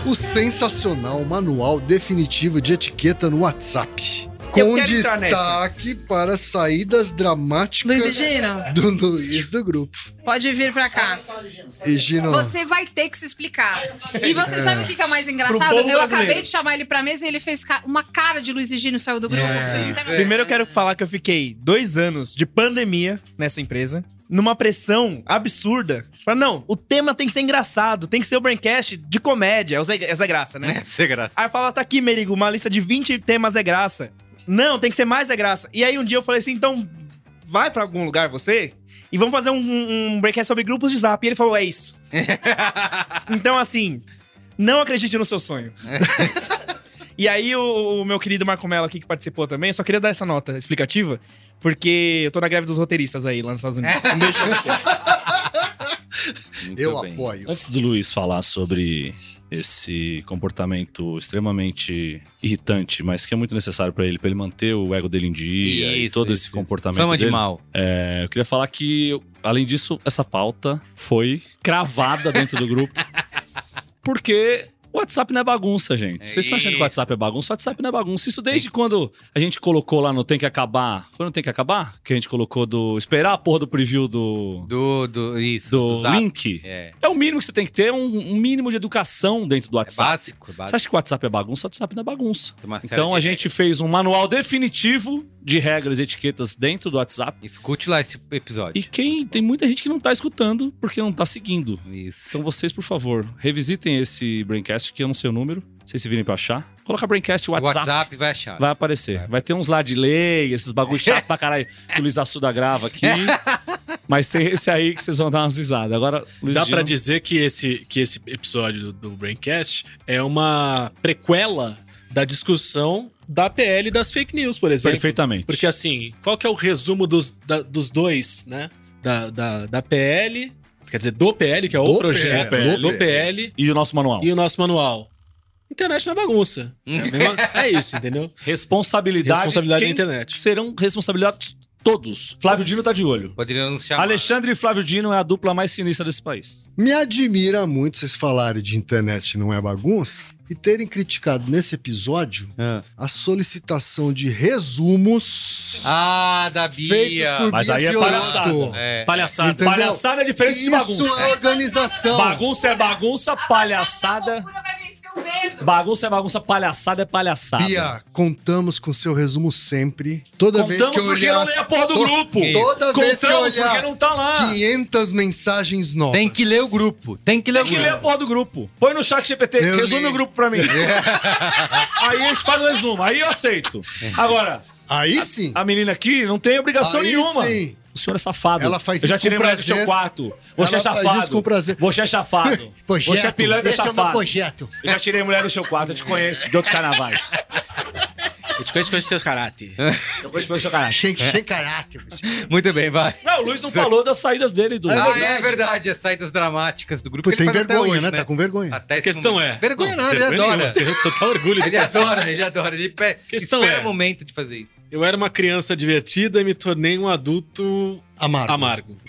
O sensacional manual definitivo de etiqueta no WhatsApp.
Eu
Com
quero entrar
destaque para saídas dramáticas
Luiz e Gino.
do Luiz do grupo.
Pode vir pra cá.
E Gino,
Você vai ter que se explicar. E você
É.
sabe o que que é mais engraçado?
Pro povo
Eu acabei
brasileiro.
de chamar ele pra mesa e ele fez ca- uma cara de Luiz e Gino saiu do grupo.
É,
Vocês não têm noção.
Primeiro eu quero falar que eu fiquei dois anos de pandemia nessa empresa, numa pressão absurda. Falei, não, o tema tem que ser engraçado, tem que ser o Braincast de comédia. É o Zé- é Zé Graça, né?
Essa é graça.
Aí eu falo, tá aqui, Merigo, uma lista de 20 temas é graça. Não, tem que ser mais é graça. E aí um dia eu falei assim, então vai pra algum lugar você e vamos fazer um, um, um breakcast sobre grupos de zap. E ele falou, é isso. então assim, não acredite no seu sonho. e aí o, o meu querido Marco Mello aqui que participou também, eu só queria dar essa nota explicativa, porque eu tô na greve dos roteiristas aí lá nos Estados Unidos. Um beijo pra vocês.
eu apoio.
Antes do Luiz falar sobre esse comportamento extremamente irritante, mas que é muito necessário pra ele, pra ele manter o ego dele em dia e
Isso,
todo
isso,
esse comportamento
Fama de
dele.
mal.
É, eu queria falar que, além disso, essa pauta foi cravada dentro do grupo. Porque o WhatsApp não é bagunça, gente. Vocês estão achando que o WhatsApp é bagunça? O WhatsApp não é bagunça. Isso desde quando a gente colocou lá no Tem que Acabar. Foi no Tem que Acabar? Que a gente colocou do. Esperar a porra do preview do.
Do. do isso.
Do,
do Zap.
link.
É.
É o mínimo que você tem que ter, um, um mínimo de educação dentro do WhatsApp.
básico, é básico.
Você acha que o WhatsApp é bagunça? O WhatsApp não é bagunça.
série
Então
de
a gente fez um manual definitivo de regras e etiquetas dentro do WhatsApp.
Escute lá esse episódio.
E quem tem muita gente que não tá escutando porque não tá seguindo.
Isso.
Então vocês, por favor, revisitem esse Braincast, que eu não sei o número. Vocês se virem pra achar. Coloca Braincast
O
WhatsApp.
WhatsApp vai achar.
Vai aparecer. Vai, ter uns lá de lei, esses bagulho chato pra caralho que o Luiz Assuda grava aqui. Mas tem esse aí que vocês vão dar umas risadas. Agora, Luiz
Dá
Gino-
pra dizer que esse, que esse episódio do, do Braincast é uma prequela da discussão da PL e das fake news, por exemplo.
Perfeitamente.
Porque assim, qual que é o resumo dos, da- dos dois, né? Da, da, da PL, quer dizer, do PL, que é o
Do
projeto,
PL,
do PL
E o nosso manual.
e o nosso manual. Internet não é
Hum.
bagunça. É, a mesma- é isso, entendeu?
Responsabilidade.
Responsabilidade
quem
da internet.
Serão responsabilidades Todos. Flávio Dino tá de olho.
Poderia anunciar.
Alexandre e Flávio Dino é a dupla mais sinistra desse país.
Me admira muito vocês falarem de internet não é bagunça e terem criticado nesse episódio a solicitação de resumos
Ah, da Bia.
feitos por
Mas
Bia
aí é palhaçada.
Fiorotto.
É. Palhaçada.
Entendeu?
Palhaçada é diferente de
Isso
bagunça.
é organização.
Bagunça é bagunça, palhaçada. Bagunça é bagunça, palhaçada é palhaçada.
Bia, contamos com seu resumo sempre. Toda vez que eu
Contamos porque
olhar...
não lê a porra do
to-
grupo.
Toda
Isso.
vez que eu
Contamos
olhar...
porque não tá lá.
500 mensagens novas.
Tem que ler o grupo. Tem que ler
Tem
o
que
grupo.
ler a porra do grupo. Põe no chat GPT,
Eu
resume
li.
o grupo pra mim.
É.
aí a gente faz o resumo, aí eu aceito. Agora.
Aí sim.
A, menina aqui não tem obrigação
Aí
nenhuma.
sim.
O senhor é safado.
Ela faz
eu já
isso
tirei
com
mulher do seu
prazer.
quarto. Você é
Ela faz
safado.
isso com prazer.
Você é safado.
Projeto.
Você é pilantra
Esse é o meu
safado.
projeto.
Eu já tirei mulher do seu quarto, eu te conheço, de outros carnavais.
Eu te conheço com seus caráter.
Eu conheço pelo seu caráter.
Sem caráter.
É. Muito bem, vai.
Não, o Luiz não falou das saídas dele do.
Ah, é verdade, as saídas dramáticas do grupo.
Pô,
ele
tem
faz até
vergonha,
hoje,
né? Tá com vergonha.
Até
A
esse
questão
momento.
é-
Vergonha
Não,
nada, ele
vergonha
adora.
nenhuma, eu tenho total orgulho de
Ele
ter
adora,
feito.
ele adora. Ele pe-
Questão
espera
é-
o momento de fazer isso.
Eu era uma criança divertida e me tornei um adulto
amargo.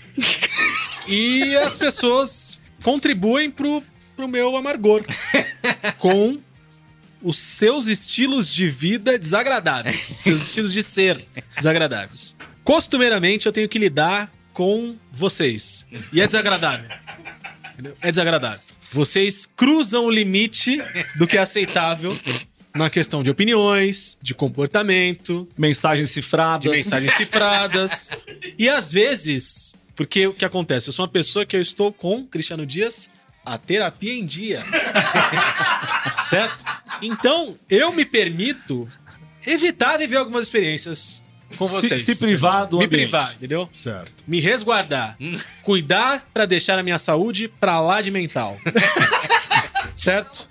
E as pessoas contribuem pro, pro meu amargor com os seus estilos de vida desagradáveis, seus estilos de ser desagradáveis. Costumeiramente eu tenho que lidar com vocês. E é desagradável. Entendeu? É desagradável. Vocês cruzam o limite do que é aceitável na questão de opiniões, de comportamento,
Mensagens cifradas.
de mensagens cifradas. e às vezes, porque o que acontece? Eu sou uma pessoa que eu estou com Cristiano Dias a terapia em dia. certo? Então, eu me permito evitar viver algumas experiências com
Se-
vocês.
se privar do
Me
ambiente.
privar, entendeu?
Certo.
Me resguardar. cuidar pra deixar a minha saúde pra lá de mental. certo?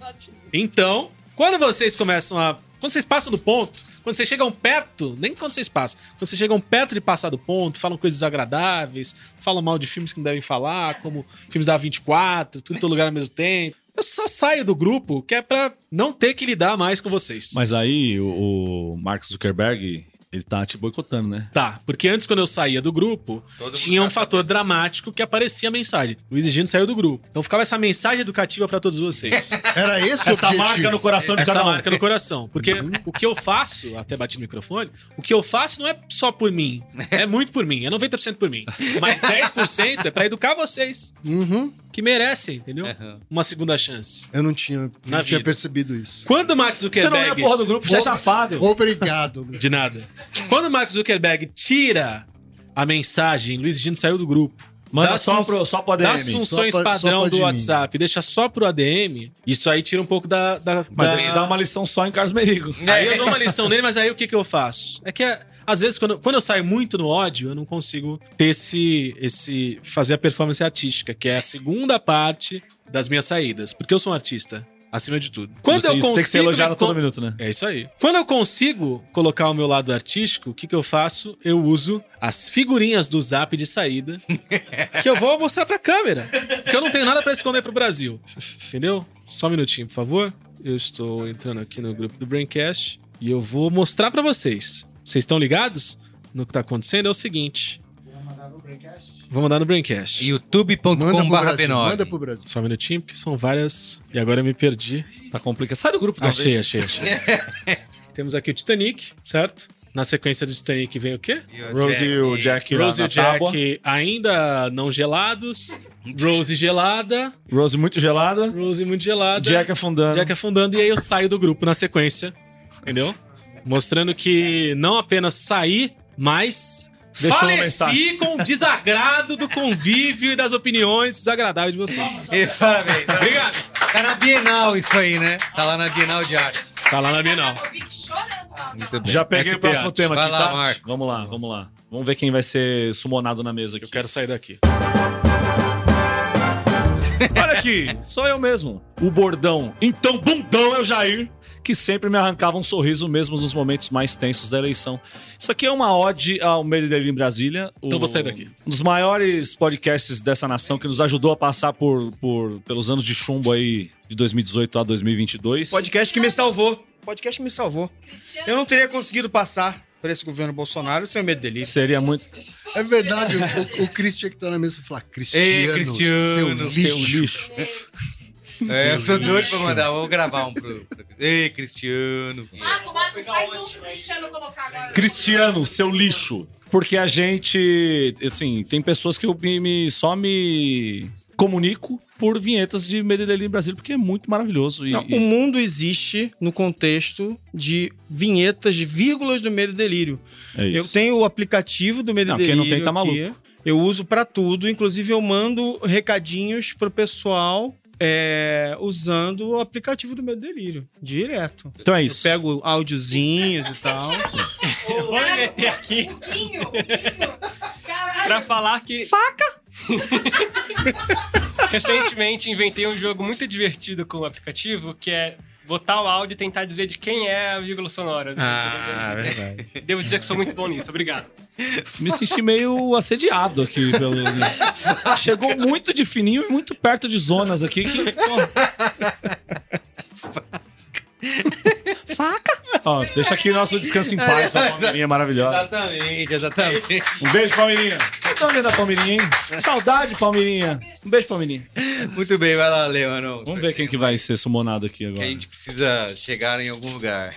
Então, quando vocês começam a. Quando vocês passam do ponto, quando vocês chegam perto, nem quando vocês passam, quando vocês chegam perto de passar do ponto, falam coisas desagradáveis, falam mal de filmes que não devem falar, como filmes da 24, tudo em todo lugar ao mesmo tempo. Eu só saio do grupo que é pra não ter que lidar mais com vocês.
Mas aí o, o Mark Zuckerberg, ele tá te boicotando, né?
Tá, porque antes, quando eu saía do grupo, tinha um fator dramático que aparecia a mensagem. Luiz e Gino saiu do grupo. Então ficava essa mensagem educativa pra todos vocês.
Era esse o
Essa
objetivo?
marca no coração de cada
um.
marca no coração. Porque
Uhum.
o que eu faço, até bati no microfone, o que eu faço não é só por mim. É muito por mim. É 90% por mim. Mas 10% é pra educar vocês.
Uhum.
Que merecem, entendeu? Uma segunda chance.
Eu não tinha, não
Na
tinha
vida.
percebido isso.
Quando o Max Zuckerberg...
Você não é a porra do grupo, você é safado.
Obrigado.
De nada. Quando o Mark Zuckerberg tira a mensagem, Luiz Gino saiu do grupo.
Manda
das
só
fun-
pro- só pro ADM.
Das funções
Só pra- só
padrão
pro
do
admin.
WhatsApp, deixa só pro ADM, isso aí tira um pouco da. da
Mas
da-
aí você dá uma lição só em Carlos Merigo.
Aí eu dou uma lição nele, mas aí o que, que eu faço? É que é, às vezes, quando, quando eu saio muito no ódio, eu não consigo ter esse, esse. fazer a performance artística, que é a segunda parte das minhas saídas. Porque eu sou um artista, acima de tudo. Quando
Isso,
eu
isso
consigo.
Tem que ser elogiado
me
a todo
con-
minuto, né?
é isso aí. Quando eu consigo colocar o meu lado artístico, o que, que eu faço? Eu uso as figurinhas do zap de saída que eu vou mostrar pra câmera. Porque eu não tenho nada pra esconder pro Brasil. Entendeu? Só um minutinho, por favor. Eu estou entrando aqui no grupo do Braincast e eu vou mostrar pra vocês. Vocês estão ligados? No que tá acontecendo é o seguinte. Vou mandar no Braincast.
Manda pro
youtube.com.br
Brasil. Manda pro Brasil.
Só um minutinho, porque são várias. E agora eu me perdi.
Tá complicado. Sai do grupo de uma
Achei,
vez.
achei, achei. Temos aqui o Titanic, certo? Na sequência do Titanic vem o quê?
Rose e o Jack lá
Rose e
na
o Jack
tábua.
ainda não gelados. Rose gelada.
Rose muito gelada.
Rose muito gelada.
Jack afundando.
Jack afundando. E aí eu saio do grupo na sequência. Entendeu? Mostrando que não apenas saí, mas
Deixou uma
faleci
mensagem.
com o desagrado do convívio e das opiniões desagradáveis de vocês.
E parabéns.
Obrigado.
Tá na Bienal isso aí, né? Tá lá na Bienal de Arte.
Tá lá na Bienal.
Muito bem.
Já peguei
SP
o próximo
Arte.
tema
Vai
aqui,
lá,
tá?
Marco.
Vamos lá, vamos lá. Vamos ver quem vai ser sumonado na mesa aqui. Eu quero sair daqui. Olha aqui, sou eu mesmo. O bordão. Então, bundão é o Jair, que sempre me arrancava um sorriso mesmo nos momentos mais tensos da eleição. Isso aqui é uma ode ao Medellín em Brasília.
Então
o-
vou sair daqui.
Um dos maiores podcasts dessa nação que nos ajudou a passar por, por- pelos anos de chumbo aí de 2018 a 2022.
Podcast que me salvou. Podcast que me salvou. Eu não teria conseguido passar.
por esse governo Bolsonaro sem o medo dele.
Seria muito.
É verdade, o, o, o Cris tinha que estar na mesa e falar: Cristiano, Ei, Cristiano seu lixo. Seu lixo.
É, eu sou doido pra mandar, vou gravar um pro. Ei, Cristiano.
Marco, Marco, faz um pro Cristiano colocar agora.
Cristiano, seu lixo. Porque a gente. Assim, tem pessoas que eu me, me- só me comunico por vinhetas de Medellín Brasil, porque é muito maravilhoso. E,
Não,
e-
o mundo existe no contexto de vinhetas, de vírgulas do medo e delírio.
É isso.
Eu tenho o aplicativo do medo e
Não, quem
delírio.
não tem tá
aqui.
maluco.
Eu uso pra tudo, inclusive eu mando recadinhos pro pessoal é, usando o aplicativo do medo e delírio, direto.
Então é isso.
Eu pego áudiozinhos e tal.
Eu vou me meter aqui. Pra falar que.
Faca!
Recentemente inventei um jogo muito divertido com o aplicativo, que é botar o áudio e tentar dizer de quem é a vírgula sonora.
Ah, verdade.
Devo dizer que sou muito bom nisso, obrigado.
Me senti meio assediado aqui. Pelo... Chegou muito de fininho e muito perto de zonas aqui. Que...
Faca!
Ó, deixa aqui o nosso descanso em paz pra Palmeirinha maravilhosa.
É, Exatamente, exatamente.
Um beijo, Palmeirinha. Tô vendo a Palmeirinha, hein? Saudade, Palmeirinha. Um beijo, Palmeirinha.
Muito bem, vai lá, Leonon.
Vamos ver quem que vai ser sumonado aqui agora.
A gente precisa chegar em algum lugar.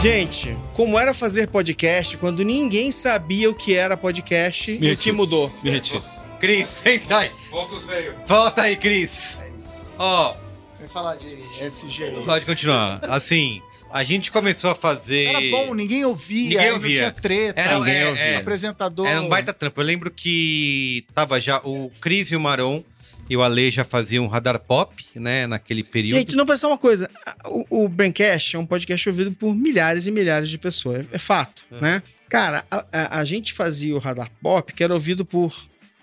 Gente, como era fazer podcast quando ninguém sabia o que era podcast e o que
retiro.
mudou?
Me retiro.
Cris, senta aí. Volta aí, Cris. Ó,
Vem falar de SG.
pode continuar. Assim, a gente começou a fazer.
Era bom, ninguém ouvia. um-
Ninguém
ainda
ouvia.
Tinha treta.
Era,
ninguém
é,
ouvia.
é.
Apresentador.
Era um baita trampo. Eu lembro que tava já o Cris e o Maron e o Ale já faziam radar pop, né, naquele período.
Gente, não pensar uma coisa. O, o Braincast é um podcast ouvido por milhares e milhares de pessoas. É fato, né? Cara, a, a- a gente fazia o Radar Pop, que era ouvido por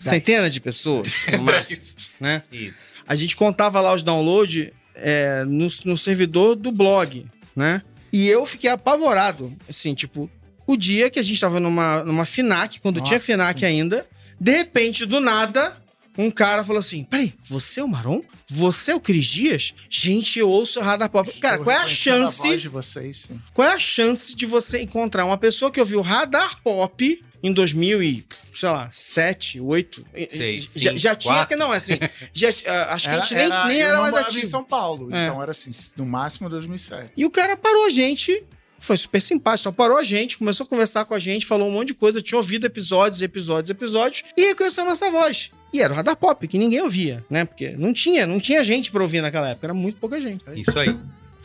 centenas de pessoas. no máximo, né?
Isso.
A gente contava lá os downloads é, no, no servidor do blog, né? E eu fiquei apavorado, assim, tipo, o dia que a gente tava numa, numa FINAC, quando tinha FINAC ainda, de repente, do nada, um cara falou assim, peraí, você é o Maron? Você é o Cris Dias? Gente, eu ouço o Radar Pop. Cara, qual é a
reconhecendo a
chance...
voz de vocês, sim.
Qual é a chance de você encontrar uma pessoa que ouviu Radar Pop em 2000 e, sei lá, 7, 8?
Sei,
já,
sim,
já tinha
quatro.
que não, é assim. Já, ah, acho que a
Era-
gente nem
era-
era, nem
eu
era
não
mais
morava
ativo.
em São Paulo.
É.
Então era assim, no máximo 2007.
E o cara parou a gente. Foi super simpático. então Parou a gente, começou a conversar com a gente, falou um monte de coisa. Tinha ouvido episódios, episódios, episódios. E reconheceu a nossa voz. E era o Radar Pop, que ninguém ouvia, né? Porque não tinha, não tinha gente pra ouvir naquela época. Era muito pouca gente.
Isso aí.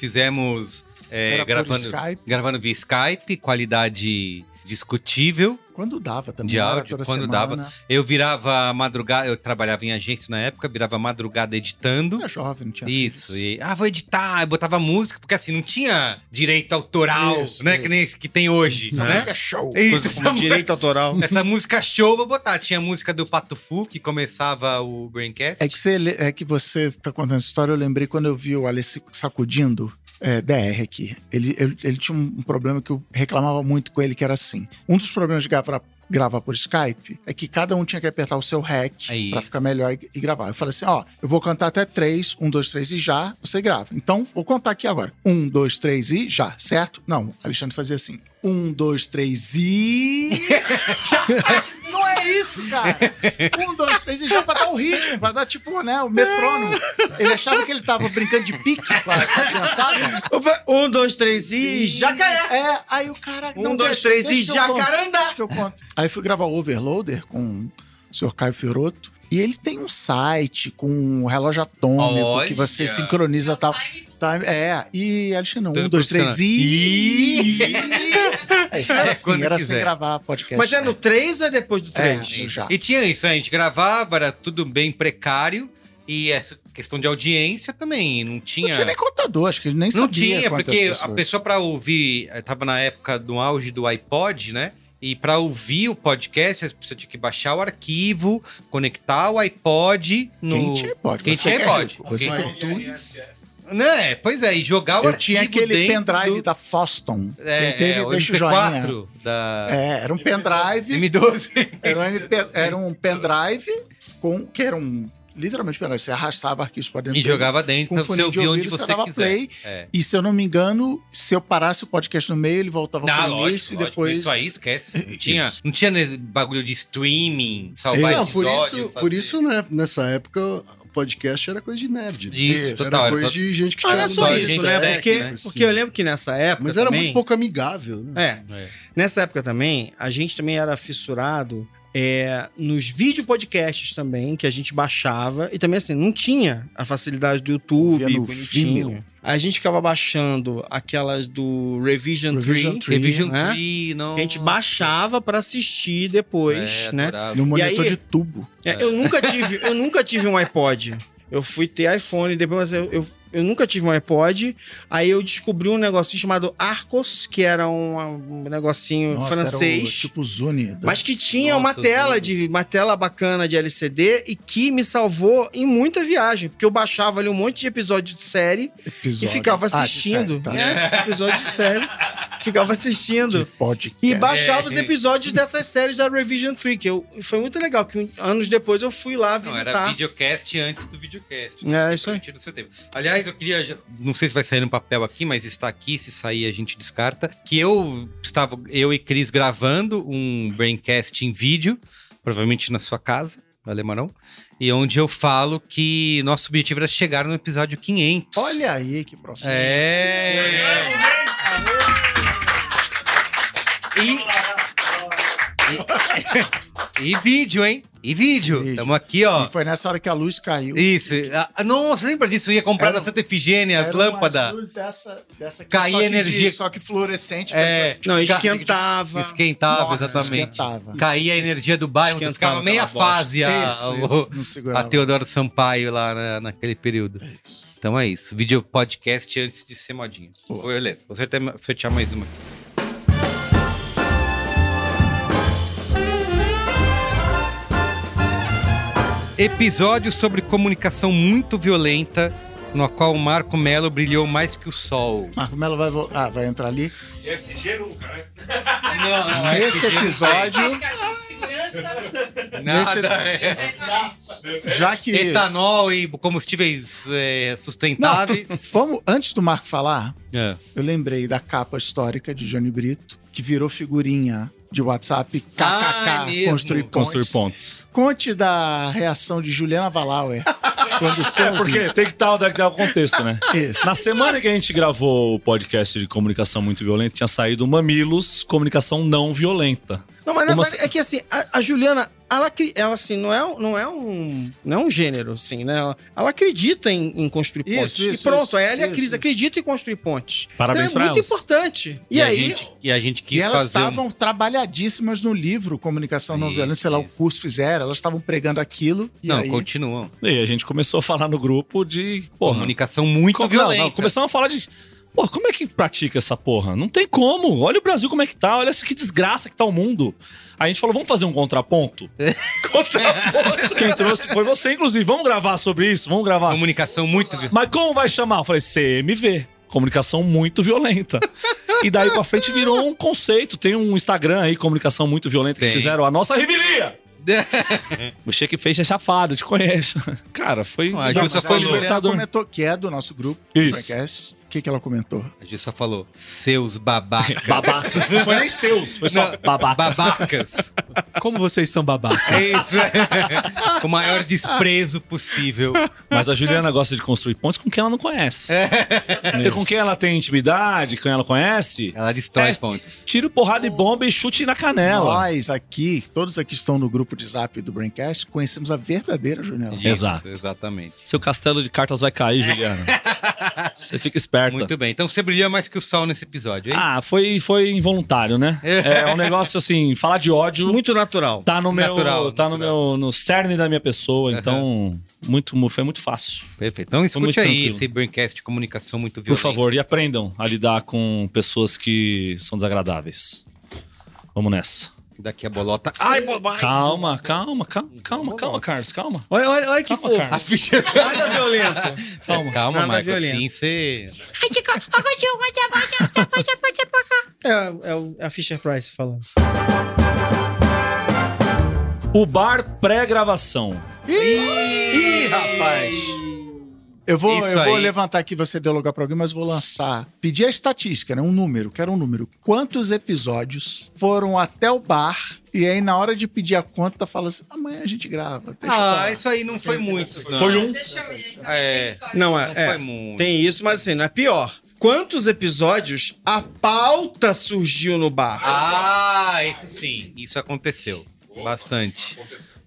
Fizemos é,
Era por
gravando,
Skype.
gravando via Skype, qualidade discutível.
Quando dava também.
de
não era
áudio,
toda
quando
semana. né?
dava. Eu virava madrugada, eu trabalhava em agência na época, virava madrugada editando.
Era jovem, não tinha
Isso, e ah, vou
Tá, é
editar, eu botava música, porque assim, não tinha direito autoral,
Isso,
né,
isso.
que nem esse que tem hoje,
Essa
né?
música é show.
Isso,
Coisa como
mu-
direito
autoral.
Essa música é show, vou botar. Tinha a música do Pato Fu, que começava o Braincast.
É que, você, le- é que você tá contando essa história, eu lembrei quando eu vi o Ale se sacudindo é, DR aqui. Ele, ele, ele tinha um problema que eu reclamava muito com ele, que era assim. Um dos problemas de gravar, gravar por Skype é que cada um tinha que apertar o seu REC pra ficar melhor e, e gravar. Eu falei assim, ó, eu vou cantar até três, um, dois, três e já, você grava. Então, vou contar aqui agora. Um, dois, três e já, certo? Não, Alexandre fazia assim. Um, dois, três e... já! Não é isso, cara! Um, dois, três e já pra dar o ritmo, pra dar tipo, né, o metrônomo. Ele achava que ele tava brincando de pique com a com a criançada.
Um, dois, três e jacaré!
É, aí o cara.
Um,
não,
dois,
deixa-
três e
deixa que eu conto,
jacarandá!
deixa que eu conto. Aí fui gravar o Overloader com o senhor Caio Fioroto. E ele tem um site com um relógio atômico
Olha!
que você sincroniza e tal. Time, é, e Alexandre, um,
Tudo
dois, três e. É, isso, era
É,
assim,
quando
era
quiser.
sem gravar podcast.
Mas é no 3 ou é depois do 3?
É, já.
E tinha isso, a gente gravava, era tudo bem precário. E essa questão de audiência também, não tinha...
Não tinha nem contador, acho que ele nem
Não
sabia.
tinha,
quantas
porque a
pessoas.
pessoa pra ouvir, eh, tava na época do auge do iPod, né? E pra ouvir o podcast, a pessoa tinha que baixar o arquivo, conectar o iPod no
Quem tinha iPod?
Quem
Você
tinha
quer-
iPod?
você
Quem-
quer tudo?
Né? Pois é, e jogar o
Eu
arquivo
tinha aquele
dentro
pendrive
do-
da Foston.
É,
Quem teve,
é, o
deixa o
MP4
joinha.
da
É, era um pendrive.
M12.
Era um, MP, era um pendrive com, que era um Literalmente, pera, você arrastava arquivos pra dentro.
E
dele,
jogava dentro
com
pra
fone
você
de
ouvir
ouvido,
onde você
dava
quiser.
play,
É.
E se eu não me engano, se eu parasse o podcast no meio, ele voltava
Ah,
pro início
lógico,
e
lógico.
depois.
Isso aí esquece. Não tinha, não tinha nesse bagulho de streaming, salvar
Não, por
episódio.
isso,
fazer-
por isso né, nessa época, podcast era coisa de nerd. né?
Isso,
Era
total, era
coisa
to-
de gente que um
Olha só
ideia,
isso, né?
ideia,
Porque,
assim.
porque eu lembro que nessa época.
Mas era
também-
muito pouco amigável, né?
É. Nessa época também, a gente também era fissurado é, nos videopodcasts também, que a gente baixava. E também, assim, não tinha a facilidade do YouTube,
Via no
bonitinho.
Vimeo.
A gente ficava baixando aquelas do Revision 3.
Revision 3, Revision
né?
3, não.
Que a gente baixava pra assistir depois,
É,
né?
adorava.
No
E
monitor
aí-
de tubo.
é, Eu nunca tive, eu nunca tive um iPod. Eu fui ter iPhone depois, mas eu, eu, eu nunca tive um iPod. Aí eu descobri um negocinho chamado Arcos, que era um, um negocinho
Nossa, era o
francês.
tipo Zuni. da-
Mas que tinha uma
Nossa,
tela
Zuni.
de uma tela bacana de LCD e que me salvou em muita viagem, porque eu baixava ali um monte de episódio de série
Episódio.
e ficava
Ah, de série,
assistindo.
tá.
né? Episódio de série. Ficava assistindo.
Podcast.
E baixava os
É.
episódios dessas séries da Revision 3, que eu, foi muito legal, que um- anos depois eu fui lá
Não, era
visitar.
videocast antes do videocast.
É, isso aí.
Tira o seu tempo. Aliás, eu queria. já- Não sei se vai sair no papel aqui, mas está aqui. Se sair, a gente descarta. Que eu estava, eu e Cris gravando um braincast em vídeo, provavelmente na sua casa, na Alemanão, e onde eu falo que nosso objetivo era chegar no episódio 500.
Olha aí que processo.
É. E vídeo, hein? E vídeo. Estamos aqui, ó.
E foi nessa hora que a luz caiu.
Isso. Ah, Nossa, lembra disso? Eu ia comprar
Era- um
na Santa Efigênia as
Era uma
lâmpadas.
luz Dessa, dessa aqui,
Caía
só que de-
energia.
só que fluorescente.
É,
Tipo,
Não,
tipo,
esquentava.
Esquentava,
Nossa,
exatamente.
esquentava.
Caía a energia do bairro, então
Esquentava
ficava meia
aquela bosta.
fase a,
Isso,
o-
isso, não segurava.
a Teodoro Sampaio lá na- naquele período. Então é isso. Vídeo podcast antes de ser modinha. Ô, Violeta, vou sortear, sortear mais uma. aqui. Episódio sobre comunicação muito violenta, no qual o Marco Melo brilhou mais que o sol.
Marco Melo vai, vo- ah, vai entrar ali.
SG nunca, né? é
Não, não,
Nesse
SG não
episódio,
Caixa de segurança.
Nada, é.
já que.
Etanol e combustíveis é,
Não,
sustentáveis.
vamos, antes do Marco falar,
É.
eu lembrei da capa histórica de Johnny Brito, que virou figurinha de WhatsApp KKK
tá.
Ah, é mesmo.
construir pontes.
Construir pontes.
Conte da reação de Juliana Valauer quando soube.
É, porque tem que dar, tem que dar o contexto, né?
Isso.
Na semana que a gente gravou o podcast de comunicação muito violenta, tinha saído Mamilos, comunicação não violenta.
Não, mas, não,
Como
mas é que assim, a, a Juliana, ela, cri- ela assim, não é, um- não é um. Não é um gênero, assim, né? Ela, ela acredita em, em construir
Isso,
pontes.
isso,
e pronto,
isso,
a Ela e a
isso.
Cris acreditam em construir pontes.
Parabéns
Então
pra
é muito
elas.
importante. E,
a
aí.
gente- e a gente quis
e elas
fazer. um-
estavam trabalhadíssimas no livro Comunicação Não Violenta, sei lá, o curso fizeram, elas estavam pregando aquilo. E
Não,
aí,
continuam.
E aí a gente começou a falar no grupo de. Porra,
Comunicação muito
Co- não,
violenta.
não, começamos a falar de. Pô, como é que pratica essa porra? Não tem como. Olha o Brasil como é que tá. Olha essa que desgraça que tá o mundo. Aí a gente falou, vamos fazer um contraponto?
É.
contraponto. Quem trouxe foi você, inclusive. Vamos gravar sobre isso? Vamos gravar.
Comunicação muito violenta.
Mas como vai chamar? Eu falei, CMV. Comunicação muito violenta. E daí pra frente virou um conceito. Tem um Instagram aí, comunicação muito violenta, que
Tem.
fizeram a nossa revelia. Você que fez é safado, te conheço. Cara, foi.
a
Não,
Ju
mas
só
a
é falou.
Juliana comentou que é do nosso grupo, do
Isso.
Braincast. O que, que ela comentou?
A gente só falou. Seus babacas.
Babacas. Não foi nem seus, foi só
Não,
babacas.
babacas.
Como vocês são babacas.
É isso. Com o maior desprezo possível.
Mas a Juliana gosta de construir pontes com quem ela não conhece. Porque com quem ela tem intimidade, quem ela conhece,
É. Ela destrói
É.
pontes.
tira porrada e bomba e chute na canela.
Nós aqui, todos aqui estão no grupo de zap do Braincast, conhecemos a verdadeira Juliana.
Isso,
Exato.
Exatamente.
Seu castelo de cartas vai cair, Juliana. Você fica esperta.
Muito bem. Então você brilhou mais que o sol nesse episódio, é isso?
Ah, foi, foi involuntário, né? É um negócio assim, falar de ódio
Muito natural.
tá no meu,
Natural,
tá
natural.
no meu, no cerne da minha pessoa, então muito, mu- foi muito fácil.
Perfeito. Então escute
muito
aí
tranquilo.
esse braincast de comunicação muito
Por
violenta.
favor, e aprendam a lidar com pessoas que são desagradáveis. Vamos nessa.
Daqui a bolota. Ai, bobagem.
Calma, calma, calma, calma, calma, Carlos, calma.
Olha, olha, olha que
Calma,
fofo.
A ficha.
Nada violento.
Calma,
Nada
Marco.
violento.
Assim você.
É, é o- é a Fisher Price falando.
O bar pré-gravação.
Ih!
rapaz. Eu vou,
Isso
eu vou
aí.
levantar aqui, você deu lugar para alguém, mas vou lançar. Pedir a estatística, né? Um número, quero um número. Quantos episódios foram até o bar? E aí, na hora de pedir a conta, fala assim: amanhã a gente grava. deixa pra
Ah,
lá.
isso aí não foi muitos, não.
Foi um.
É.
Não, é, é. Tem isso, mas assim, não é pior. Quantos episódios a pauta surgiu no bar?
Ah, esse sim. Isso aconteceu. Bastante.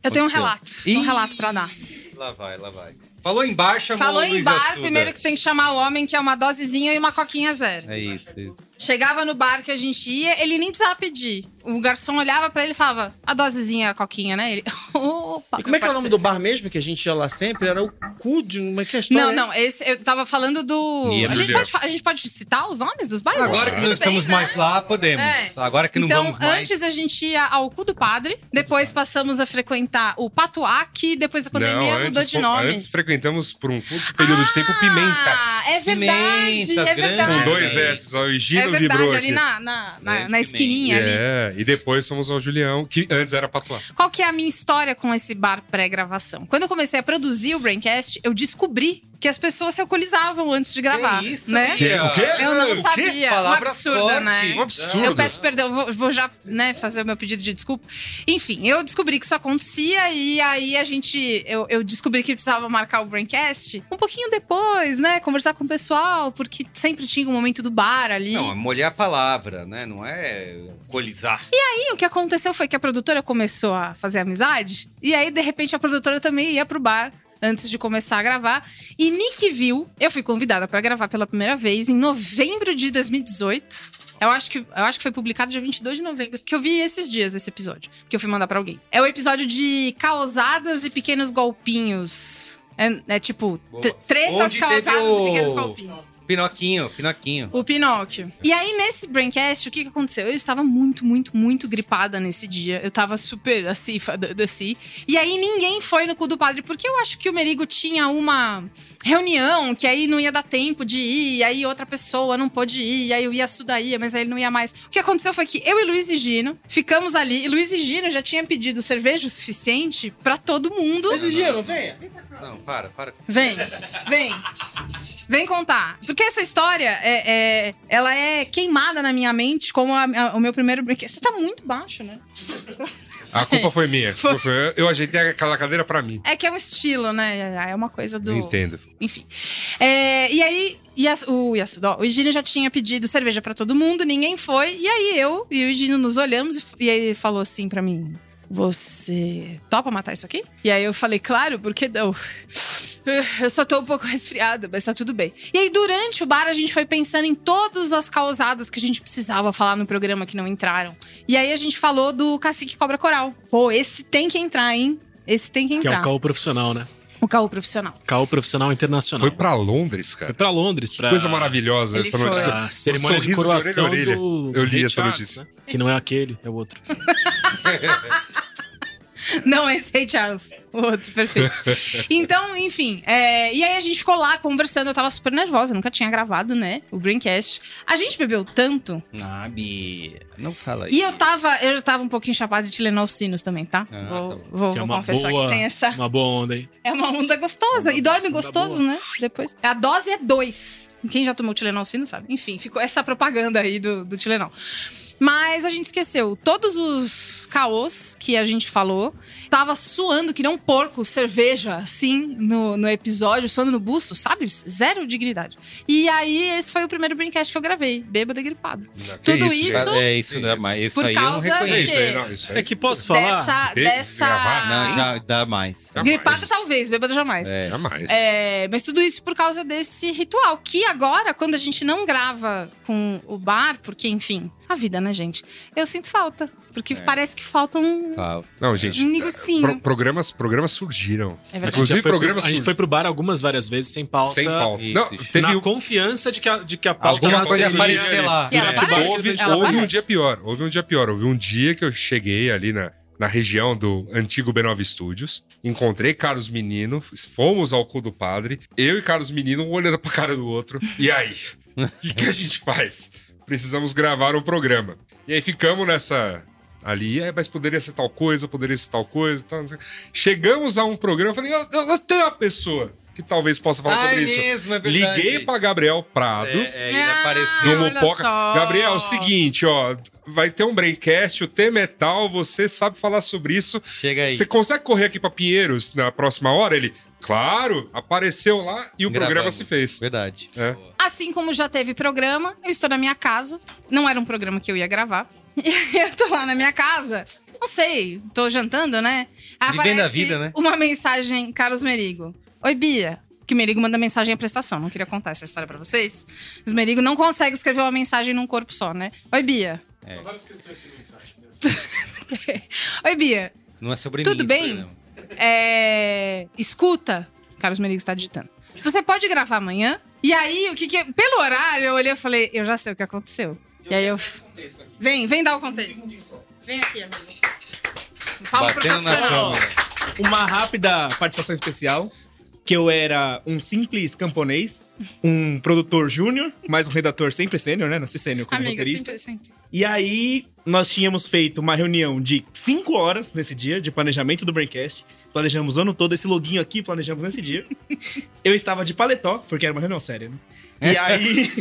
Eu tenho um
Aconteceu.
relato. Um relato pra dar.
Lá vai, lá vai. Falou em bar, chamou
Falou
o
em
Luiz
bar,
Assuda.
primeiro que tem que chamar o homem, que é uma dosezinha e uma coquinha zero.
É isso, isso.
Chegava no bar que a gente ia, ele nem precisava pedir. O garçom olhava pra ele e falava, a dosezinha, a coquinha, né? Ele, opa.
E como é que é o
meu parceiro.
nome do bar mesmo que a gente ia lá sempre? Era o cu de uma questão. né?
Não, não, esse, eu tava falando do...
Minha
A gente,
mulher.
pode, fa- a gente pode citar os nomes dos bares?
Agora que
Tudo
não
bem,
estamos
né?
mais lá, podemos.
É.
Agora que não
então,
vamos mais.
antes a gente ia ao Cu do Padre, depois passamos a frequentar o Patuac, depois da pandemia mudou de
fo-
nome.
antes frequentamos por um curto período de tempo Pimentas.
Ah, é verdade,
Pimentas,
é verdade.
Com dois S, ó, o
É
Gino
verdade,
vibrou
ali
aqui.
na, na,
É,
na, na esquininha ali.
É, e depois fomos ao Julião, que antes era Patuá.
Qual que é a minha história com esse bar pré-gravação? Quando eu comecei a produzir o Braincast, eu descobri que as pessoas se alcoolizavam antes de gravar,
isso,
né?
Bia? O quê?
Eu
O
não
quê?
sabia. Um
Palavra
absurdo,
forte.
né?
Um absurdo.
Eu peço perdão, vou, vou já né, fazer o meu pedido de desculpa. Enfim, eu descobri que isso acontecia e aí a gente... Eu, eu descobri que precisava marcar o Braincast um pouquinho depois, né? Conversar com o pessoal, porque sempre tinha um momento do bar ali.
Não, é molhar a palavra, né? Não é colizar.
E aí, o que aconteceu foi que a produtora começou a fazer amizade. E aí, de repente, a produtora também ia pro bar antes de começar a gravar. E Nick viu, eu fui convidada pra gravar pela primeira vez em novembro de 2018. Eu acho, que, eu acho que foi publicado dia 22 de novembro, que eu vi esses dias esse episódio, que eu fui mandar pra alguém. É o episódio de causadas e pequenos golpinhos. É, é tipo, tre- tretas
Onde
causadas
teve
e
o-
pequenos golpinhos.
Pinoquinho, Pinoquinho.
O Pinóquio. E aí, nesse braincast, o que, que aconteceu? Eu estava muito, muito, muito gripada nesse dia. Eu tava super assim, fa- da- assim. E aí, ninguém foi no cu do padre, porque eu acho que o Merigo tinha uma reunião que aí não ia dar tempo de ir, e aí outra pessoa não pôde ir, e aí o Yasuda ia, mas aí ele não ia mais. O que aconteceu foi que eu e Luiz e Gino ficamos ali, e Luiz e Gino já tinham pedido cerveja o suficiente pra todo mundo.
Luiz e Gino,
venha.
Não, para, para.
Vem, vem. Vem contar. Porque essa história, é, é- ela é queimada na minha mente como a- a- o meu primeiro brinquedo. Você tá muito baixo, né?
A culpa foi minha. a culpa foi- eu- Eu ajeitei aquela cadeira pra mim.
É que é um estilo, né? É uma coisa do...
Eu Entendo.
Enfim. É, e aí, Yas- o Yasudo, o Higino já tinha pedido cerveja pra todo mundo, ninguém foi. E aí eu e o Higino nos olhamos e, f- e aí ele falou assim pra mim: Você topa matar isso aqui? E aí eu falei: Claro, porque não? Eu só tô um pouco resfriada, mas tá tudo bem. E aí, durante o bar, a gente foi pensando em todas as causadas que a gente precisava falar no programa que não entraram. E aí a gente falou do Cacique Cobra Coral. Pô, esse tem que entrar, hein? Esse tem que
Que é
entrar.
o caô profissional, né?
o caô profissional.
Caô profissional internacional. Foi
pra Londres, cara.
Foi pra Londres. Pra...
Coisa maravilhosa
Ele
essa
foi.
notícia.
Pra
O
cerimônia de
sorriso de orelha a
coroação
orelha.
do...
Eu li
Rei
essa
Charles,
notícia.
né? Que não é aquele, é o outro.
Não, esse Ray Charles. O outro, perfeito. Então, enfim. é, e aí a gente ficou lá conversando. Eu tava super nervosa, nunca tinha gravado, né? O Braincast. A gente bebeu tanto.
Ah, Bia, não fala isso.
E eu tava, eu tava um pouququinho chapada de Tilenol Sinos também, tá? vou vou-
que é
vou
uma
confessar
boa,
que tem essa.
Uma boa onda, hein?
É uma onda gostosa. e dorme gostoso, né? Depois. A dose é dois. Quem já tomou Tilenol Sino sabe. Enfim, ficou essa propaganda aí do, do Tilenol. Mas a gente esqueceu. Todos os caôs que a gente falou, tava suando que nem um porco, cerveja, assim, no, no episódio, suando no busto, sabe? Zero dignidade. E aí, esse foi o primeiro brincast que eu gravei, bêbada e gripada. Tudo isso,
É isso, não é mais. Isso
por
aí eu não
causa
reconheço.
de- Isso aí não,
É que posso
dessa... dessa...
Não, já dá mais.
Gripada talvez, bêbada jamais.
É.
Jamais.
É, mas tudo isso por causa desse ritual. Que agora, quando a gente não grava com o bar, porque, enfim, a vida, né, gente? Eu sinto falta. Porque parece que falta um.
Tá.
Não, gente.
Um negocinho.
pro- programas, programas surgiram.
É verdade.
Inclusive,
foi pro-
programas
A gente
surgiram.
foi pro bar algumas várias vezes sem pauta.
Sem pauta.
Isso,
Não,
isso.
teve
Na
um-
confiança de que a, de que a pauta
Alguma
era
coisa
surgir ali.
aparecer lá.
E ela
Tipo,
aparece,
houve,
ela
houve um
aparece.
dia pior. Houve um dia pior. Houve um dia que eu cheguei ali na, na região do antigo B9 Studios. Encontrei Carlos Menino. Fomos ao cu do padre. Eu e Carlos Menino, um olhando pra cara do outro. E aí? O que, que a gente faz? Precisamos gravar um programa. E aí ficamos nessa ali, é, mas poderia ser tal coisa, poderia ser tal coisa. Tal, não sei. Chegamos a um programa, eu falei, eu, eu, eu tenho uma pessoa que talvez possa falar
Ah, é
sobre isso.
mesmo, é verdade.
Liguei pra Gabriel Prado.
É, é, ele
Ah,
apareceu.
do
Olha
Mupoca.
só.
Gabriel, é o seguinte, ó. Vai ter um braincast, o tema é tal, você sabe falar sobre isso.
Chega aí.
Você consegue correr aqui pra Pinheiros na próxima hora? Ele, claro, apareceu lá e o programa
Gravamos.
se fez.
Verdade.
É.
Assim como já teve programa, eu estou na minha casa. Não era um programa que eu ia gravar. E aí eu tô lá na minha casa. Não sei, tô jantando, né?
Vivendo a vida, né?
uma mensagem, Carlos Merigo. Oi, Bia. Que o Merigo manda mensagem à prestação. Não queria contar essa história pra vocês. Mas o Merigo não consegue escrever uma mensagem num corpo só, né? Oi, Bia.
São várias questões que mensagem.
Oi, Bia.
Não é sobre
Tudo
mim.
bem? É, Escuta, Carlos Merigo está digitando. Você pode gravar amanhã? E aí, o que que. Pelo horário, eu olhei e falei, eu já sei o que aconteceu. E aí eu. Vem, vem dar o contexto. Vem aqui, amigo. Um palmo pro Cassiano.
Uma rápida participação especial. Que eu era um simples camponês, um produtor júnior, mas um redator sempre sênior, né? Nasci sênior como
Amigo,
roteirista.
sempre, assim. sempre.
E aí, nós tínhamos feito uma reunião de 5 horas nesse dia, de planejamento do Braincast. Planejamos o ano todo, esse loguinho aqui planejamos nesse dia. Eu estava de paletó, porque era uma reunião séria, né? E aí.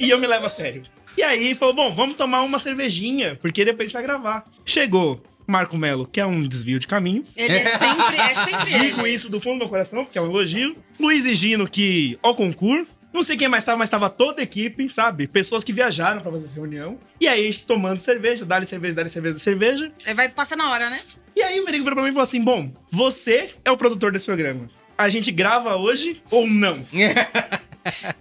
e eu me levo a sério. E aí, falou: bom, vamos tomar uma cervejinha, porque depois a gente vai gravar. Chegou Marco Melo, que é um desvio de caminho.
Ele é sempre, é sempre
Digo
ele.
isso do fundo do meu coração, porque é um elogio. Luiz e Gino, que ao concurso. Não sei quem mais tava, mas tava toda a equipe, sabe? Pessoas que viajaram pra fazer essa reunião. E aí, a gente tomando cerveja, dá-lhe cerveja, dá-lhe cerveja, cerveja.
Ele vai passar na hora, né?
E aí, o Merigo virou pra mim e falou assim: Bom, você é o produtor desse programa. A gente grava hoje ou não?